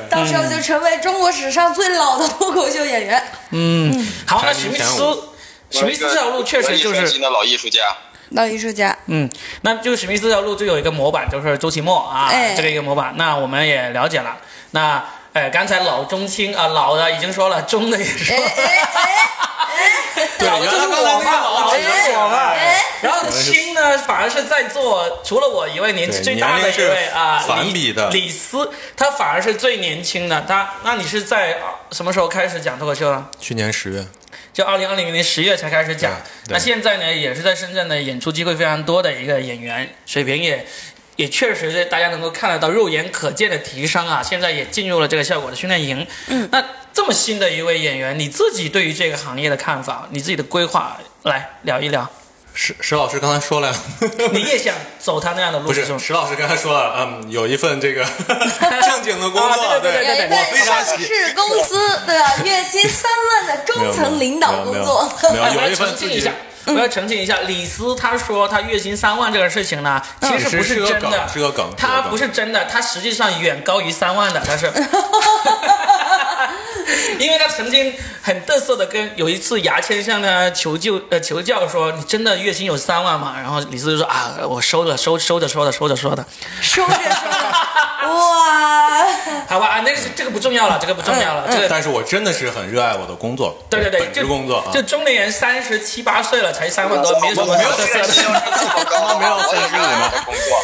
到时候就成为中国史上最老的脱口秀演员，
嗯，好，那
排
史
名
密
前
斯
五，
史密斯这条路确实就
文艺
是
复兴的老艺 术家，
老艺术家。
嗯，那就是史密斯这条路就有一个模板，就是周奇墨啊，
哎
这个一个模板。那我们也了解了。那呃，刚才老中青啊、老的已经说了，中的也说
哎
了，
哎哎哎
对，
老的
原
就是
来刚才
我嘛，老的
那个老师
就是我嘛。 然后轻呢，反而是在座除了我以外年纪
对
最大的
年龄
一
是
位啊，
反
李
比的
李斯，他反而是最年轻的。他，那你是在啊什么时候开始讲脱口秀呢？
去年十月，
就二零二零年十月才开始讲。
对对
那现在呢，也是在深圳呢，演出机会非常多的一个演员，水平也也确实是大家能够看得到肉眼可见的提升啊。现在也进入了这个效果的训练营。嗯，那这么新的一位演员，你自己对于这个行业的看法，你自己的规划，来聊一聊。
石石老师刚才说了，
你 也想走他那样的路
不是
吗？
石老师刚才说了，嗯，有一 份这个正经的工作，
啊对对
有一
对
份
我非常
上
喜
市公司对吧？月薪三万的中层领导工作，
没有没有
哎我
没有没有啊有
要
一份
澄
自
清一
己嗯
下。，我要澄清一下，李斯他说他月薪三万这个事情呢，其实不
嗯是个
真的，
梗是个梗
他
是个梗
不是真的，他实际上远高于三万的，他 是。因为他曾经很嘚瑟的跟有一次牙签向他求救，呃求教说你真的月薪有三万吗？然后李斯就说啊我收了收收着收着收着收着，
收着收着，哇！
好吧啊那个是这个不重要了，这个不重要了，这个
嗯但是我真的是很热爱我的工作，
对对对，
本职
就
工作啊
就，中年人三十七八岁了才三万多，没什么
没有
特色
这
的。
么高，
没有
我也热爱我的工作。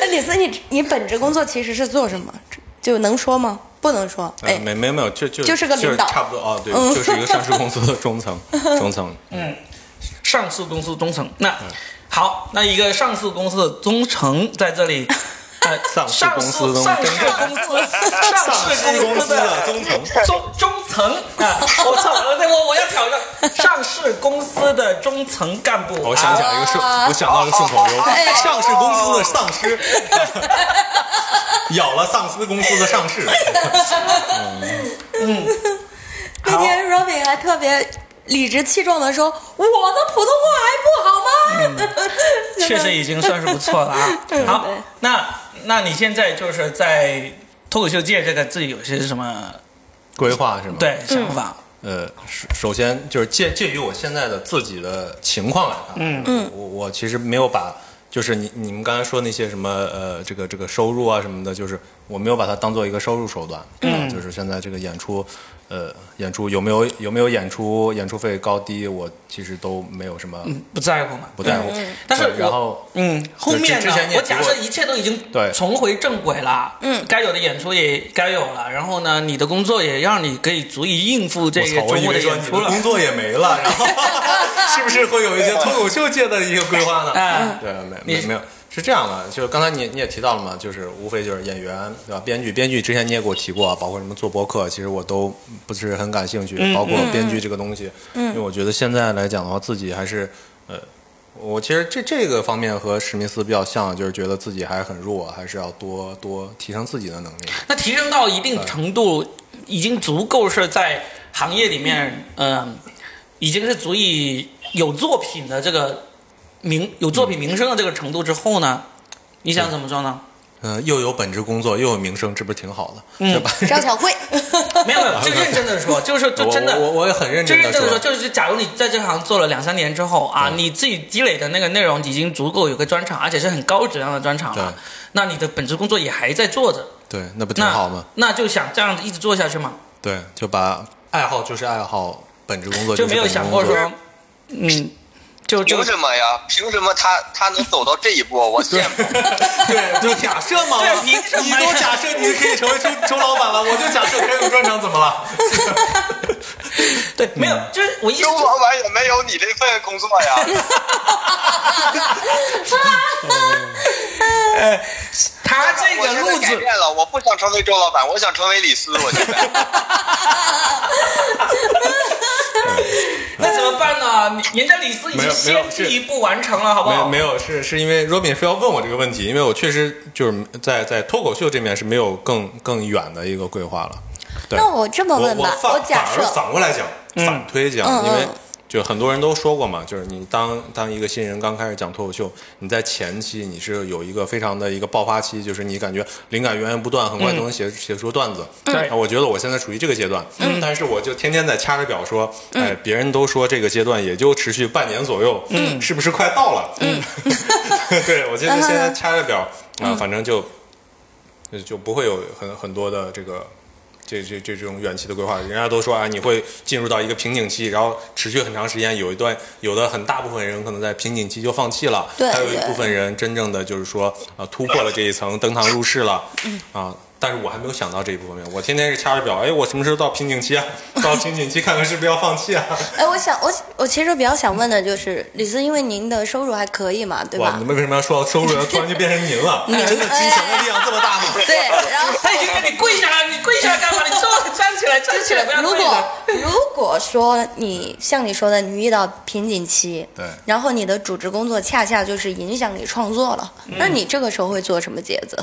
那李思，你你本职工作其实是做什么？就能说吗？不能说。
呃
哎，
没没没有，就就
就是个领导
差不多哦，对，
嗯
就是一个上市公司的 中层，中层，
上市公司中层。那好，那一个上市公司的中层在这 里，呃，
上市
上
公
市
司中
上市公司，上市公司的
中层，
中中层啊！我操，那我我要挑一个上市公司的中层干部。
我想起来一个顺，
啊
我想到一个顺口溜，
哎
上市公司的丧 尸，咬了丧尸公司的 上市，
那天 Robin 还特别理直气壮的说：“我的普通话还不好
嗯
吗？”
确实已经算是不错了 啊
对。
好
对，
那那你现在就是在脱口秀界这个自己有些什么
规划是吗？
对想法？
呃，首首先就是介介于我现在的自己的情况来看，嗯嗯，我我其实没有把，就是你你们刚才说那些什么呃，这个这个收入啊什么的，就是我没有把它当做一个收入手段，嗯、就是现在这个演出，呃，演出有没有有没有演出，演出费高低，我其实都没有什么
不在乎嘛？
不在乎，
嗯但是
对
我
然后
嗯，后面
之
呢
前你？也
我
提过
假设一切都已经
对
重回正轨了，嗯，该有的演出也该有了，然后呢，你的工作也让你可以足以应付这个
我操我
周
以
末
为
的
说
演
你
出
的
了。
工作也没了，然后是不是会有一些脱口秀界的一个规划呢？
嗯
对，没
你
没没有，是这样的，就是刚才你你也提到了嘛，就是无非就是演员对吧？编剧，编剧之前你也给我提过啊，包括什么做播客，其实我都不是很感兴趣，
嗯
包括编剧这个东西，因为我觉得现在来讲的话，自己还是呃。我其实这这个方面和史密斯比较像，就是觉得自己还很弱，还是要多多提升自己的能力。
那提升到一定程度，已经足够是在行业里面，嗯、已经是足以有作品的这个名有作品名声的这个程度之后呢，你想怎么说呢？
嗯、又有本职工作，又有名声，这不是挺好的，
嗯
对吧？
张小慧，
没有没有，就认真的说， 就是就真的，
我我我也很认
就
真
认
的
真的说，就是假如你在这行做了两三年之后啊，你自己积累的那个内容已经足够有个专场，而且是很高质量的专场了
对，
那你的本职工作也还在做着，
对，那不挺
那
好吗？？
那就想这样子一直做下去嘛，
对，就把爱好就是爱好，本职工作
就是没有
本职
想
工
过
作
说，嗯，就就
凭什么呀？凭什么他他能走到这一 步？我羡慕。
对，就假设嘛，
对
我
凭什么
你
呀
都假设你可以成为周周老板了，我就假设可以有专场，怎么了？
对，没
嗯
有，就是我一直
周老板也没有你这份工作呀。
他这
我
个
现
路
在改
子，
变了，我不想成为周老板，我想成为李斯。我现在
那怎么办呢？你人家李斯已
没
经
有没
先
有是
第一步完成了，好不
没有
好？
没有，是是因为 Robin 非要问我这个问题，因为我确实就是在在脱口秀这面是没有更更远的一个规划了。对
那我这么
我
问吧，
反
假
反而
设，
反过来讲，反推讲，
嗯嗯
因为就很多人都说过嘛，就是你当当一个新人刚开始讲脱口秀，你在前期你是有一个非常的一个爆发期，就是你感觉灵感源源不断，很快都能写、写出段子。
对
啊我觉得我现在处于这个阶段，但是我就天天在掐着表说，哎，别人都说这个阶段也就持续半年左右，嗯，是不是快到了？嗯， 对我觉
嗯
得现在掐着表啊，反正就就就不会有很很多的这个这这这这种远期的规划，人家都说啊，你会进入到一个瓶颈期，然后持续很长时间，有一段有的很大部分人可能在瓶颈期就放弃了，
对
还有一
对
部分人真正的就是说呃突破了这一层，登堂入室了，
嗯
啊。但是我还没有想到这一部分，我天天是掐着表，哎，我什么时候到瓶颈期啊？到瓶颈期看看是不是要放弃啊？
哎，我想，我我其实比较想问的就是，李斯，因为您的收入还可以 嘛，对
哇，
吧
你？们为什么要说收入突然就变成您 了？哎您真的金钱的力量这么大吗？
对，然后
他已经给你跪下了，你跪下来干嘛？你坐 站起来，站起来，不要
如
跪
果
着。
如果说你像你说的，你遇到瓶颈期，
对
然后你的主职工作恰恰就是影响你创作了，
嗯
那你这个时候会做什么抉择？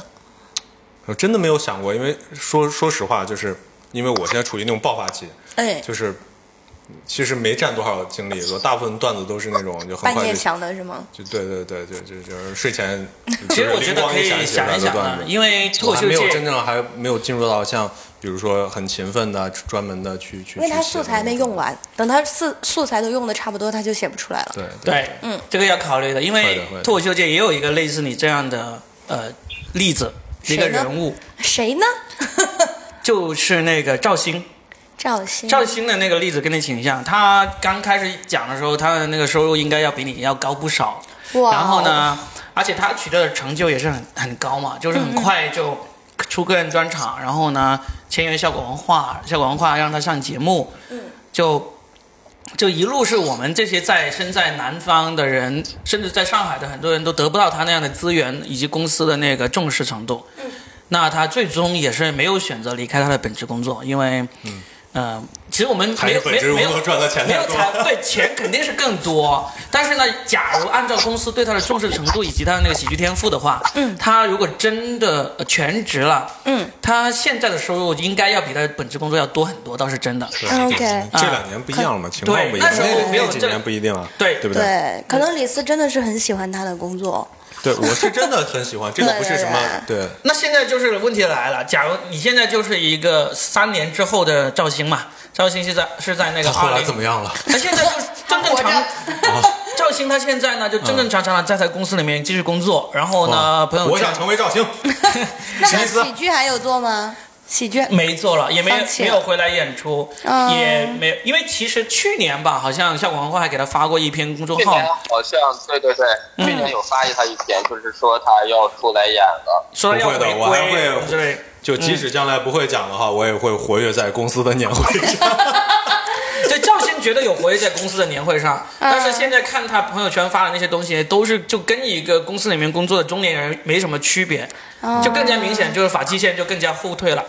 我真的没有想过，因为说说实话，就是因为我现在处于那种爆发期，
哎，
就是其实没占多少精力，我大部分段子都是那种就很
半
快
夜
就
想的是吗？
就对对对，就就就是睡前，
其实我觉
灵
得
光
可
一
以
闪写出
想
来
一
的
想
段
啊
子，。
因为脱
我还
口
没
秀
有真
界
正还没有进入到像比如说很勤奋的专门的去去，
因为他
去写
素材
那
没
种
用完，等他素素材都用的差不多，他就写不出来了。
对
对，嗯，这个要考虑的，因
会
为
的会的
脱口秀界也有一个类似你这样的呃例子，一个
谁呢
人物
谁呢？
就是那个赵鑫。
嗯赵鑫。
赵鑫的那个例子跟你挺像，他刚开始讲的时候，他的那个收入应该要比你要高不少。
哇哦
然后呢，而且他取得的成就也是很很高嘛，就是很
嗯
快就出个人专场，然后呢签约效果文化，效果文化让他上节目，
嗯
就就一路是我们这些在身在南方的人，甚至在上海的很多人都得不到他那样的资源以及公司的那个重视程度。那他最终也是没有选择离开他的本职工作，因为，嗯、其实我们
还
没
是
有
本职
没有
工作赚的钱
没有
太
才
多
对钱肯定是更多，但是呢，假如按照公司对他的重视程度以及他的那个喜剧天赋的话，嗯，他如果真的呃全职了，
嗯，
他现在的收入应该要比他本职工作要多很多，倒是真的。
对
啊 OK
这两年不一样了嘛，情
啊对
况不一样，
那时候
那
没有
那几
这
年不一定了，
对
对不
对，可能李斯真的是很喜欢他的工作。
对，我是真的很喜欢，这个不是什么对，
那现在就是问题来了，假如你现在就是一个三年之后的赵鑫嘛，赵鑫是在是在那个
他后
二
来
零
怎 么样了？
他现 在就是正正常
他，
赵鑫他现在呢就正正常常的在他公司里面继续工作，然后呢朋友
哦我
圈
想成为 赵兴，
那
史密斯
喜剧还有做吗？喜剧
没做了，也没
放弃
没
了
有回来演出，
嗯
也没有，因为其实去年吧，好像效果文化还给他发过一篇公众
去
号
年，
哦
好像对对对，
嗯
去年有发他一篇，就是说他要出来演了。
说要
不
回
会的我还会
归之类的。
就即使将来不会讲的话，我也会活跃在公司的年会上。
对，赵鑫觉得有活跃在公司的年会上，
嗯
但是现在看他朋友圈发的那些东西，都是就跟一个公司里面工作的中年人没什么区别，
哦
就更加明显，就是发际线就更加后退了，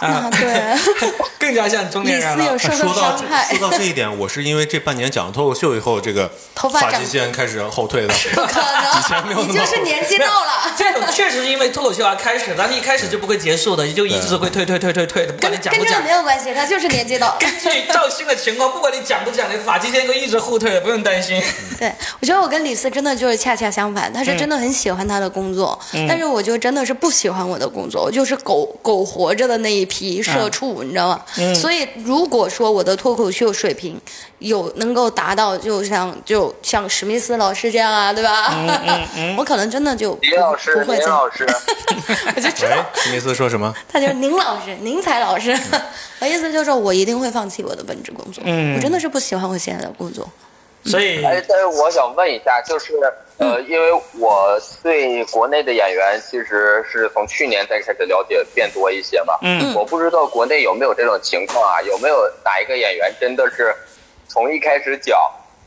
啊
啊，，对，
更加像中年
李
人
斯有
了。
受
说
伤
到这
害
说，到这一点，我是因为这半年讲脱口秀以后，这个
头发长
际线开始 后退的。
不可
以前没有
能，
那么
你就是年纪 到了，
这种确实是因为脱口秀而啊开始，但是一开始就不会结束的，就一直会退退退退退的，不管
跟
你讲
跟
不
这个
讲
没。有关系，他就是年纪到。
根据赵鑫的情况，不管你讲不讲，你发际线都一直后退的，不用担 心。
对，我觉得我跟李斯真的就是恰恰相反，他
嗯
是真的很喜欢他的工作，但是我就真的是不喜欢我的工作，我就是苟苟活着的那一批社畜，你知道吗？
嗯
所以如果说我的脱口秀水平有能够达到，就像就像史密斯老师这样啊，对吧？
嗯
我可能真的就
林老师，
不会
林
再，
老师，
我就知
喂
道，
哎史密斯说什么？
他就是宁老师，宁采老师。 我意思就是，我一定会放弃我的本职工作。
嗯
我真的是不喜欢我现在的工作。
所以，
哎，但是我想问一下，就是呃，
嗯
因为我对国内的演员其实是从去年才开始了解变多一些嘛。
嗯，
我不知道国内有没有这种情况啊？有没有哪一个演员真的是从一开始讲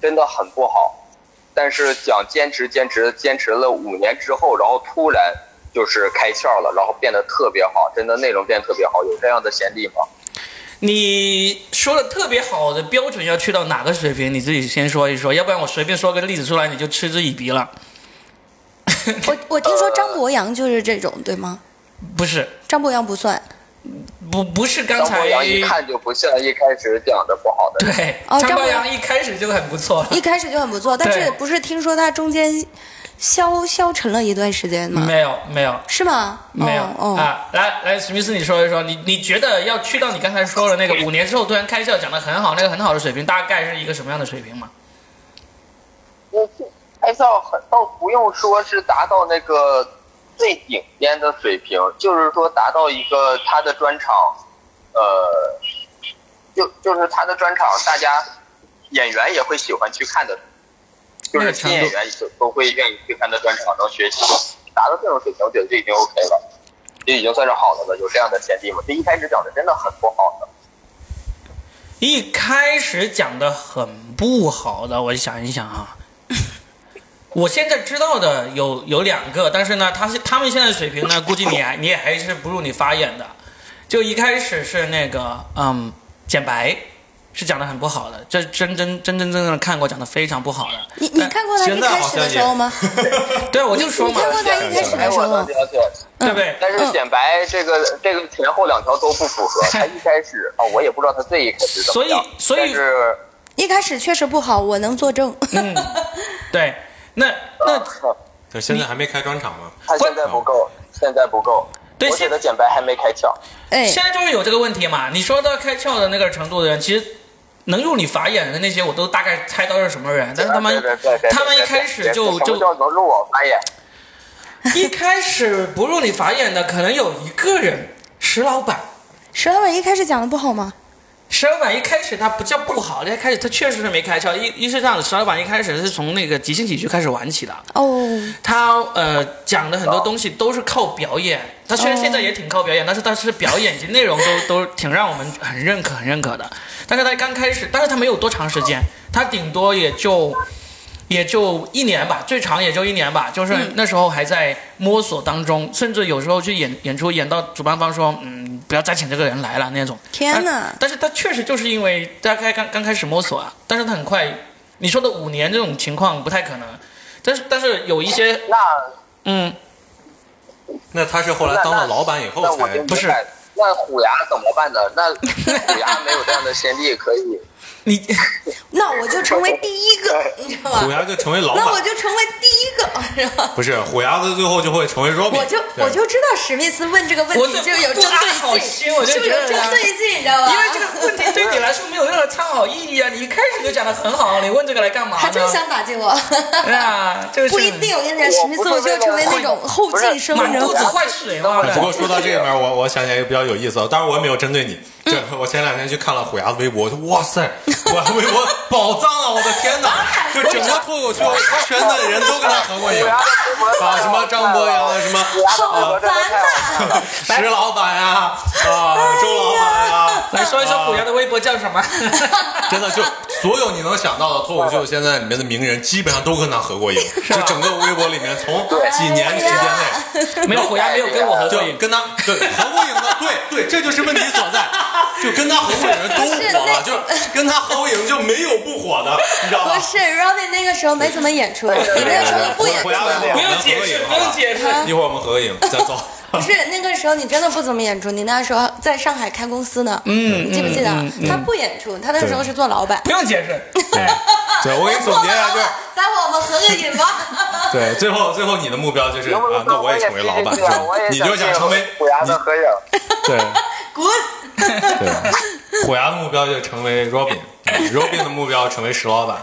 真的很不好，但是讲坚持坚持坚持了五年之后，然后突然就是开窍了，然后变得特别好，真的内容变得特别好，有这样的先例吗？
你说的特别好的标准要去到哪个水平，你自己先说一说，要不然我随便说个例子出来，你就嗤之以鼻了。
我我听说张博洋就是这种，对吗？
不是，
张博洋不算
不不是刚
张
才
博洋一看就不像一开始讲的不好的人。
对，
哦
张
张
博
博
洋
洋
一开始就很不错了。
一开始就很不错，但
对
是不是听说他中间消消沉了一段时间吗？
没有没有
是吗？
没有、
哦哦、
啊！来来，史密斯，你说一说，你你觉得要去到你刚才说的那个五年之后突然开窍讲的很好，那个很好的水平，大概是一个什么样的水平嘛？
我拍照很倒不用说是达到那个最顶尖的水平，就是说达到一个他的专场，呃，就就是他的专场，大家演员也会喜欢去看的，就是新演员都都会愿意去看的专场，能学习达到这种水平，我觉得就已经 OK 了，就已经算是好的了。有这样的先例嘛？这一开始讲的真的很不好的。
一开始讲的很不好的，我想一想啊，我现在知道的有有两个，但是呢，他是他们现在水平呢，估计你还你也还是不如你发言的。就一开始是那个嗯，简白是讲的很不好的，这真真真真正正的看过讲的非常不好的。
你你看过他一开始的时候吗？
对，我就说
你
嘛，
看过他一开始的时候啊
我能
吗？
了解，
对不对？
但是显白这个这个前后两条都不符合。他一开始啊、我也不知道他最一开始怎么样，
所以所以
但是
一开始确实不好，我能作证。
嗯，对，那那
但现在还没开专场嘛，
他现在不够，现在不够。
对
我觉
现
得简白还没开窍。
哎
现，在就是有这个问题嘛。你说到开窍的那个程度的人，其实能入你法眼的那些，我都大概猜到是什么人。但是他们
对对对对对
他们一开
对
始
对
就
什么
就
叫能入我法眼？
一开始不入你法眼的，可能有一个人，石老板。
石老板一开始讲的不好吗？
石老板一开始他不叫不好，一开始他确实是没开窍。一一是这样的，石老板一开始是从那个即兴喜剧开始玩起的。
哦，
他呃讲的很多东西都是靠表演，他虽然
哦
现在也挺靠表演，但是他是表演以及内容都都 挺让我们很认可、很认可的。但是他刚开始，但是他没有多长时间，他顶多也就也就一年吧，最长也就一年吧，就是那时候还在摸索当中，甚至有时候去演演出，演到主办方说嗯不要再请这个人来了那种。
天
但
哪！
但是他确实就是因为大概刚刚开始摸索啊，但是他很快，你说的五年这种情况不太可能。但是但是有一些
那
嗯，
那他是后来当了老板以后
那我
才
就明
不
白
是
那虎牙怎么办呢？那虎牙没有这样的先例，可以
你
那我就成为第一个，你知道吧
虎？牙就成为老
那我
板，
就成为第一个，是吧？
不是虎牙子最后就会成为 Robin，
我就
对
我就知道史密斯问这个问
我
题
就
就有
不
针
安好
对
心
性，
我就
就
觉得
有针对性，你知道吧？
因为这个问题对你来说没有任何参考意义啊！你一开始就讲的很好，你问这个来干嘛呢？
还真想打击我，
对啊，这个是
不一定。我跟你讲，史密斯我就成为那种后进生，
满
你知
肚
道
子
吧？
坏水嘛！
哎不
哎
过说到这个面，我我想起来一个比较有意思的，当然我也没有针对你。这
嗯
我前两天去看了虎牙的微博，我说哇塞，我微博宝藏啊！我的天哪，就整个脱口秀圈的人都跟他合过影
虎牙
啊，
的微博太好看了
什么张博洋啊，什么
虎牙的微博真的太好看了。
石老板啊，
哎
啊周老板啊，
来说一说虎牙的微博叫什么？
真的就所有你能想到的脱口秀现在里面的名人，基本上都跟他合过影，
啊
就整个微博里面从几年时间
哎
内。
没有虎牙没有跟我合
就
作影，
跟他对合过影的，对对，这就是问题所在。就跟他合过影的人都火了，就是跟他合过影就没有不火的，你知道吗
不？是
啊
Robin 那个时候没怎么演出，你那时候不演出
回，答
不用解释，不用解释。
一会儿我们合个影再 走。
不是那个时候你真的不怎么演出，你那时候在上海开公司呢，嗯，你记不记得？他不演出，他那时候是做老板。
不用解释，
对，我给你总结一下，就是
待会儿我们合个影 吧。
对，最后最后你的目标就是
能不
啊
能，
那
说
我也成为老板，
我
对
也想
你就想成为
虎牙的合影。
对
滚！
对，虎牙的目标就是成为 Robin，Robin 的目标成为石老板，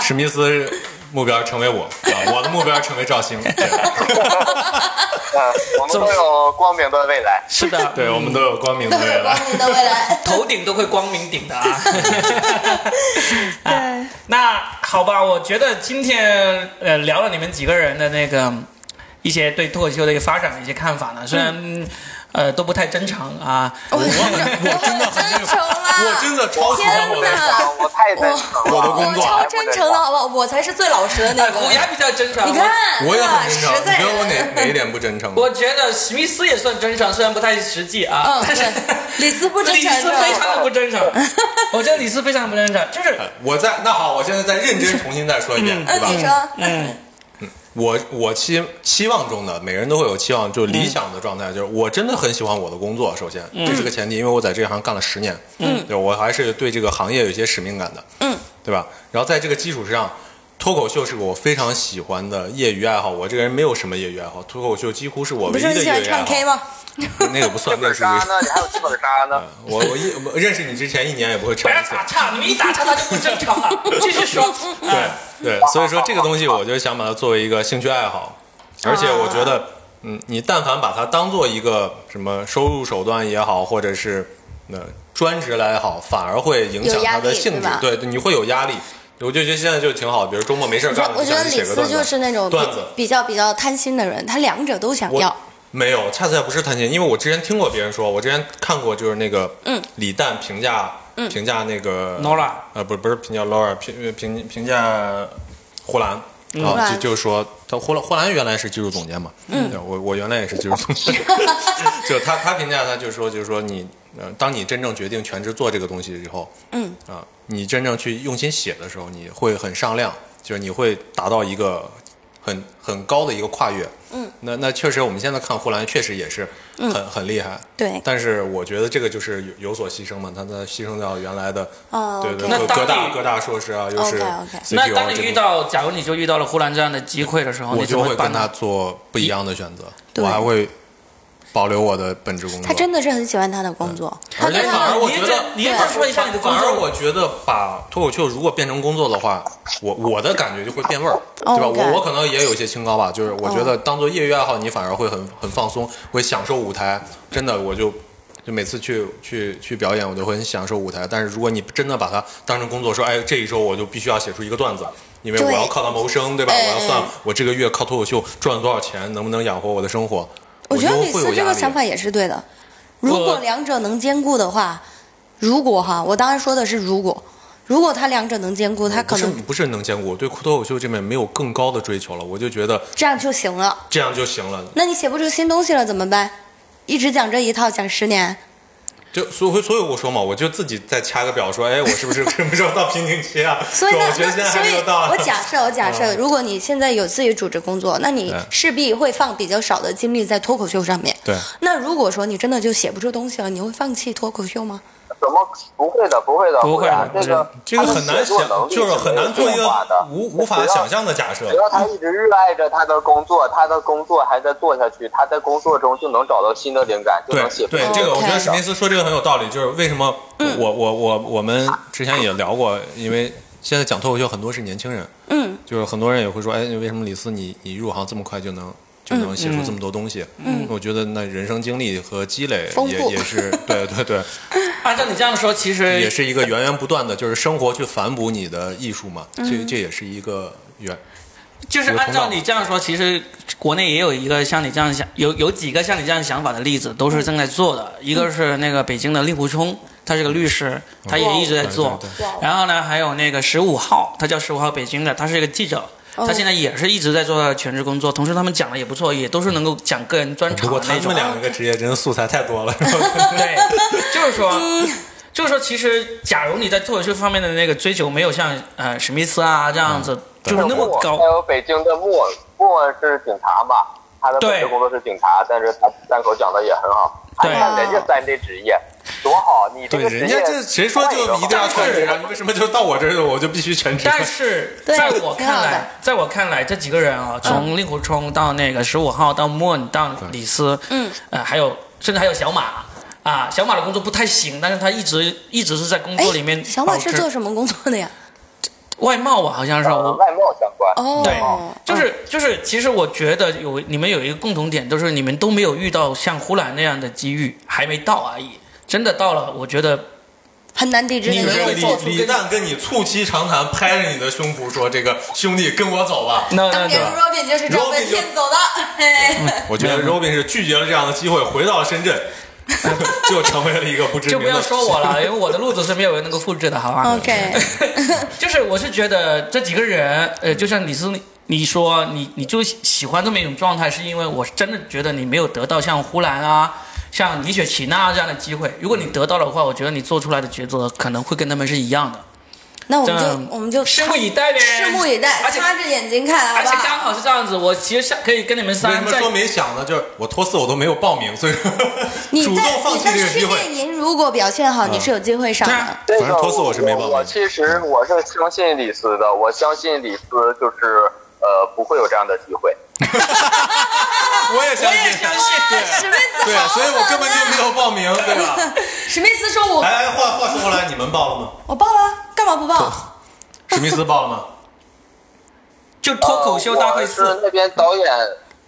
史密斯目标成为我，啊，我的目标成为赵兴。对
嗯，我们会有光明的 未来。
是 的，
对，我们都有光明的
都
未
有
来
光。明的未来。
头顶都会光明顶的 啊。啊，那好吧，我觉得今天呃聊了你们几个人的那个一些对脱口秀的一个发展的一些看法呢，虽然、
嗯
呃都不太真诚啊，
我我真的真诚了，
我真的超喜欢我的
天哪
啊我太真
啊
诚了，啊
我的工
我
作啊
超真诚的好不好？ 我才是最老实的那
呃
个。
虎牙比较真诚。
你看，
我也很真
实
诚，啊你
在
觉得我
人。
哪哪一点不真诚？啊
我觉得史密斯也算真诚，虽然不太实际啊，
嗯
但是
对李斯不真诚
李斯非常的不真 诚，我觉得李斯非常的不真诚，就是
我在那好，我现在再认真重新再说一遍，对
嗯，你
吧？
说，
嗯，
我我期期望中的，每个人都会有期望，就
嗯
是理想的状态，就是我真的很喜欢我的工作，首先这是个前提，因为我在这行干了十年，嗯，对我还是对这个行业有一些使命感的，嗯，对吧？然后在这个基础之上。脱口秀是我非常喜欢的业余爱好，我这个人没有什么业余爱好，脱口秀几乎是啊我
不
唯一
是
的
你
业
喜欢
余爱
唱
好。
K 吗？
那个不
剧
算，那
本
个 是嗯
杀呢？你还有剧本杀呢？
我我一我认识你之前一年也不会
不
唱
要
一次。
打岔，你们一打岔他就不真诚 了，继续说，
对对，所以说这个东西，我就想把它作为一个兴趣爱好，而且我觉得，嗯，你但凡把它当做一个什么收入手段也好，或者是那专职来好，反而会影响
有压
它的
力
性
对
质
吧，
对，你会有压力。我就觉得现在就挺好，比如周末没事儿
我觉
干
得，我
就
觉得
想去
李
写个
斯
段子
就是那种比
段子，
比较比较贪心的人，他两者都想
我
要。
没有，恰恰不是贪心，因为我之前听过别人说，我之前看过就是那个嗯，李诞评价、评价那个
Nora
呃，不是不是评价 Laura 评评评价呼兰。
呼
啊，
兰
就就是说，他呼兰呼兰原来是技术总监嘛，嗯，我我原来也是技术总监，就他他评价他就是说，就是说你呃，当你真正决定全职做这个东西以后，嗯啊，你真正去用心写的时候，你会很上量，就是你会达到一个很很高的一个跨越。嗯，那那确实，我们现在看呼兰确实也是很、很厉害。
嗯对
但是我觉得这个就是有有所牺牲嘛，他他牺牲掉原来的，
哦
对对，
OK
那
各
当
各大
你
各大硕士啊，又是
OK，OK
CTO
那当你
这
遇
种，
到，假如你就遇到了呼兰这样的机会的时候，
我
你怎
就
么
会
办
跟
呢
他做不一样的选择，
对
我还会保留我的本职工作。
他真的是很喜欢他的工作，他
而且
跟
反
他
而
的
我
你
觉
这
得，
你这说一下你的工
反
作啊
而我觉得把脱口秀如果变成工作的话，我我的感觉就会变味儿，对吧？
哦 OK 哦
我我可能也有一些清高吧，就是我觉得当做业余爱好，你反而会很很放松，会享受舞台。真的，我就就每次去去去表演，我都会很享受舞台。但是如果你真的把它当成工作，说哎，这一周我就必须要写出一个段子。因为我
对
要靠它谋生，对吧？
嗯
我要算我这个月靠脱口秀赚了多少钱，能不能养活我的生活？
我觉
觉
得
会
李斯这
有压
个
力
想法也是对的。如果两者能兼顾的话，如果哈，我当然说的是如果，如果他两者能兼顾，他
不
可
是
能
不是能兼顾，我对脱口秀这面没有更高的追求了，我就觉得
这样就行了。
这样就行了。
那你写不出新东西了怎么办？一直讲这一套讲十年，
就所以所以我说嘛，我就自己再掐个表说，哎，我是不 是什么时候到瓶颈期啊？
所以
是
呢
吧我觉得现
那
在还
所以
没有到啊。
我假设，我假设，
嗯
如果你现在有自己主持工作，那你
对
势必会放比较少的精力在脱口秀上面。
对
那如果说你真的就写不出东西了，你会放弃脱口秀吗？
怎么不会的？不会的，
不会的
的。这个
这个很难想
他的写作能，力
就是很难做一
没有变化
个
的
无无法想象的假设
只。要他一直热爱着他的工作，他的工作还在做下去，他在工作中就能找到新的灵感，就
对
能写出
对
来，
这个我觉得
OK
史密斯说这个很有道理，就是为什么
嗯
我我我我们之前也聊过，因为现在讲脱口秀很多是年轻人，嗯，就是很多人也会说，哎，为什么李斯你你入行这么快就能就能写
嗯
出这么多东西？嗯，我觉得那人生经历和积累
丰
也
富
也是对对对，
按照你这样说，其实
也是一个源源不断的，就是生活去反哺你的艺术嘛，这这也是一个源。
就是按照
有通道
你这样说，其实国内也有一个像你这样想，有有几个像你这样想法的例子，都是正在做的。一个是那个北京的令狐冲，他是个律师，他也一直在做
哦对对。
然后呢，还有那个十五号，他叫十五号北京的，他是一个记者。他现在也是一直在做他的全职工作，同时他们讲的也不错，也都是能够讲个人专
不
长
过
的
他
那种
们。两个职业真的素材太多 了，是吧
对，就是说，
嗯
就是说，其实假如你在脱口秀方面的那个追求没有像呃史密斯啊这样子，
对
就是那么
莫
高
还，有北京的莫莫是警察吧？他的本职
对
工作是警察，但是他单口讲的也很好。
对
哎看人家三这职业多好，你这
对，
个职业
人家这谁说就一定要全职
换一个
啊？你为什么就到我这儿了我就必须全职？
但是
对
在我
挺
看
好的嗯
来，在我看来，这几个人啊，从令狐冲到那个十五号，到莫恩，到李斯，嗯，呃，还有甚至还有小马啊，小马的工作不太行，但是他一直一直是在工
哎
作里面，
小马是做什么工作的呀？
外贸啊，好像是
呃
我。
外贸相关。
哦，
对，就是就是，其实我觉得有你们有一个共同点，就是你们都没有遇到像呼兰那样的机遇，还没到而已。真的到了，我觉得
很难抵制
你
那
们
没有
个。
做出
李李
跟
诞跟你促膝长谈，拍着你的胸脯说：“这个兄弟，跟我走 吧。
no
当
no
年
no，
Robin 就是这样被
Robin 就嗯
骗走的。嘿”
我觉得 Robin 是拒绝了这样的机会，回到了深 圳，就成为了一个不知
就
名
不要
的。
说我 了，因为我的路子是没有人能够复制的，好吧
OK，
嗯
就是我是觉得这几个人，呃，就像李斯你你说你你就喜欢这么一种状态，是因为我是真的觉得你没有得到像呼兰啊、像李雪琴啊这样的机会。如果你得到了的话，我觉得你做出来的抉择可能会跟他们是一样的。
那我们
这样
就我们就
拭目以待呗，
拭目以待，
而且
擦着眼睛看，好
而
不
且
好？
刚好是这样子，我其实想可以跟你们
为什
三
么
在
说没想呢？就是我托四我都没有报名，所以说
你
主
在
动放
你
弃
在
这个
训
机会。嗯
练营如果表现好，你是有机会上
对
的
啊。
这
反
个
正托斯我是没报名
我其实我是相信李斯的，我相信李斯就是呃不会有这样的机会。
我也相
我也
信，
相信，
史密斯
对，所以我根本就没有哎报名，对 吧？
史密斯说我
来来，话话说回来，你们报了吗？
我报了，啊干嘛不报？
史密斯 报了吗？
就脱口秀大会
呃我是
四。
那边导演，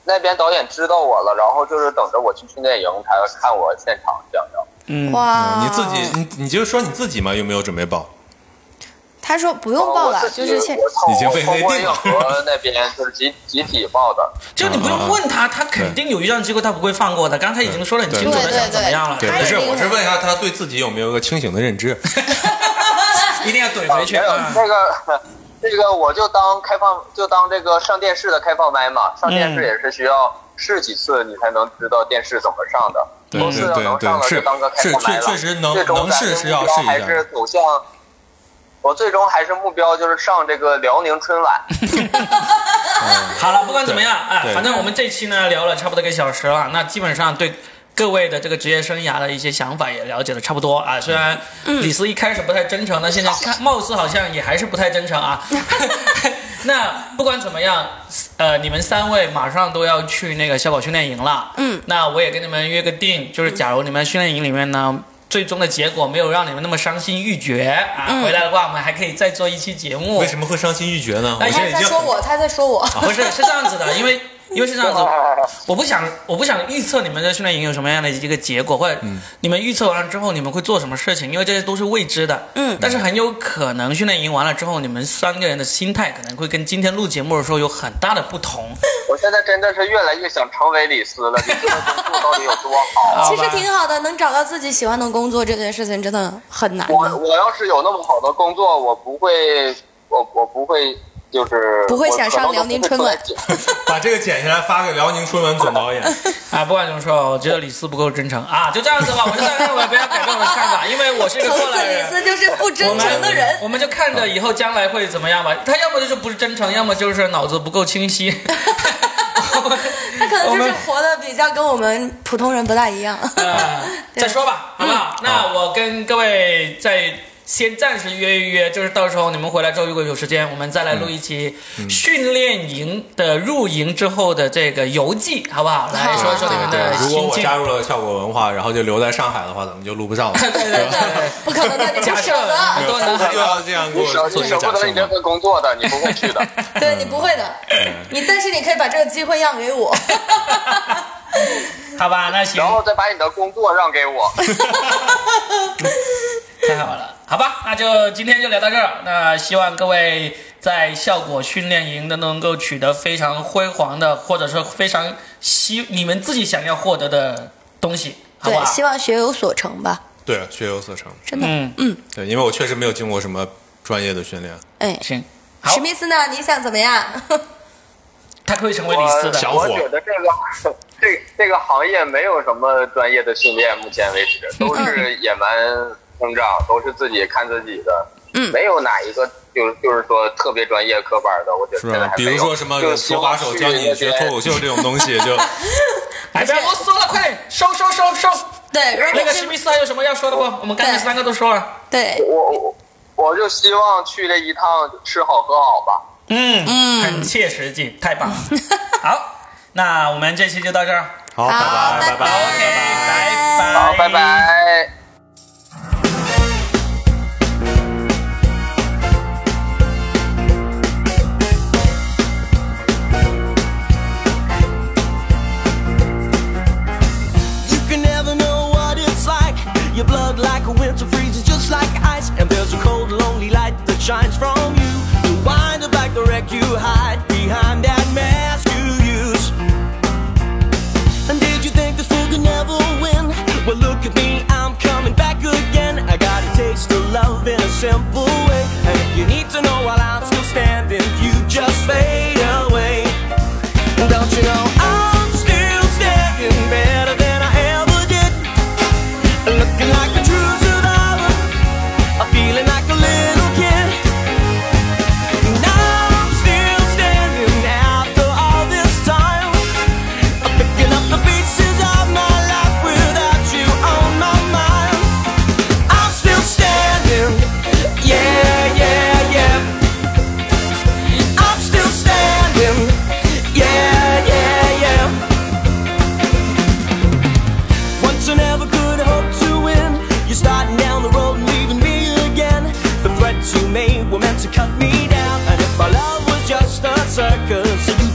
那边导演知道我了，然后就是等着我去训练营才看我现场讲的。
嗯，
哇，
你自己，你你就说你自己嘛，有没有准备报？
他说不
哦
用报
哦
了，就是现
已经被内定了
和那边就是集集体报的，
就你不用问他，他肯定有预算机构，他不会放过的。刚才已经说得很清楚
对
了，
对
想怎么样了，
对
不是，
他也
我是问一下他对自己有没有一个清醒的认知。
一定要怼回去。
啊没有
嗯
那个那个，我就当开放，就当这个上电视的开放麦嘛。上
嗯
电视也是需要试几次，你才能知道电视怎么上的。
对
公司要能上了，
对对对
就当个开放麦了。
是是确确实能
最终
能
咱
试
们
是
目
要
标
试一下
还是走向。我最终还是目标就是上这个辽宁春 晚，
好了，不管怎么样，哎，
对
反正我们这期呢聊了差不多一个小时了，那基本上对各位的这个职业生涯的一些想法也了解的差不多啊。虽然
嗯
李斯一开始不太真诚，那现在看貌似好像也还是不太真诚 啊。那不管怎么样，呃，你们三位马上都要去那个小狗训练营了，
嗯，
那我也跟你们约个定，就是假如你们训练营里面呢。最终的结果没有让你们那么伤心欲绝啊！
嗯
回来的话，我们还可以再做一期节目。
为什么会伤心欲绝呢？我
哎
现
他
在已
在
经哦
说我，他在说我，
不 是，是这样子的，因为因为是这样子，我不想我不想预测你们的训练营有什么样的一个结果，或者你们预测完了之后你们会做什么事情，因为这些都是未知的。
嗯
但是很有可能训练营完了之后，你们三个人的心态可能会跟今天录节目的时候有很大的不同。
我现在真的是越来越想成为李斯了。你说这工作到底有多好？
好
其
吧
实挺好的，能找到自己喜欢的工作这件事情真的很难，啊
我我要是有那么好的工作，我不会，我我不会，就是
不会想上辽宁春晚。
我可能都不会出来
把这个剪下来发给辽宁春晚总 导演。
啊，不管怎么说，我觉得李斯不够真诚啊，就这样子吧，我就这样认为，不要改变我的看法，因为我是一个
从
过
此
来
李
人。哎
斯就是不真诚的人。
我们就看着以后将来会怎么样吧。他要么就是不是真诚，要么就是脑子不够清晰。
他可能
我
就是
们
活得比较跟我们普通人不 大一样。
呃，再说吧，好不好？那我跟各位再先暂时约一约，就是到时候你们回来之后，如果有时间，我们再来录一期训练营的入营之后的这个游记，好不好？来说一说你们的
如果
心
我
境。
加入了效果文化，然后就留在上海的话，咱们就录不上 了。
对对对，
不可能的，你
假
不
设
舍得，
都能
又要这样给
你舍
我做
你
一
舍
个 假
不得
设
你这
吗？
份工作的，你不会 去的。
对你不会的，
嗯
你但是你可以把这个机会让给 我。
好吧，那行
然，后再把你的工作让给我。
太好了，好吧，那就今天就聊到这儿。那希望各位在效果训练营的能够取得非常辉煌的，或者说非常希你们自己想要获得的东西，好不好
对，？希望学有所成吧，
对，学有所成。
真的。
嗯，
对，因为我确实没有经过什么专业的训练。
哎，
行，好
史，密斯呢？你想怎么样？
他可以成为李斯
我
的
小。
我
伙
觉得这个这这个行业没有什么专业的训练，目前为止
嗯
都是野蛮生长，都是自己看自己的。
嗯
没有哪一个就是就是说特别专业科班的，我觉得
是
现在
吧？
还
比
没有。
如说什么
就希
手
望
把手
去
教你
那
学
些
脱口秀这种东西，就
哎，别啰嗦了，快点收收收收。
对，如
那
果
个史
是
密斯还有什么要说的不？我们刚才
对
三个都说了。
对，
我我我就希望去这一趟吃好喝好吧。
嗯
嗯
很切实际，太 棒了。好，那我们这期就到这儿。
好，拜
好，
拜拜拜。
OK，拜拜。
好，拜拜。
You can never know what it's like. Your blood like a winter freezes just like ice. And there's a cold, lonely light that shines from you. You wind up like the wreck you hide behind that mask you use. And did you think this fool could never win? Well, look at me, I'm coming back again. I got a taste of love in a simple way. And if you need to know while I'm still standing, you just fade away. Don't you know I'm still standing better than I ever did? Looking like a true survivor, I'm feeling like a little kid. And I'm still standing after all this time. I'm picking up the pieces of my life without you on my mind. I'm still standing, yeah, yeah, yeah. I'm still standing. Yeah, yeah, yeah. Once I never could hope to win. You're starting down the road and leaving me again. The threats you made were meant to cut me down. And if my love was just a circus, you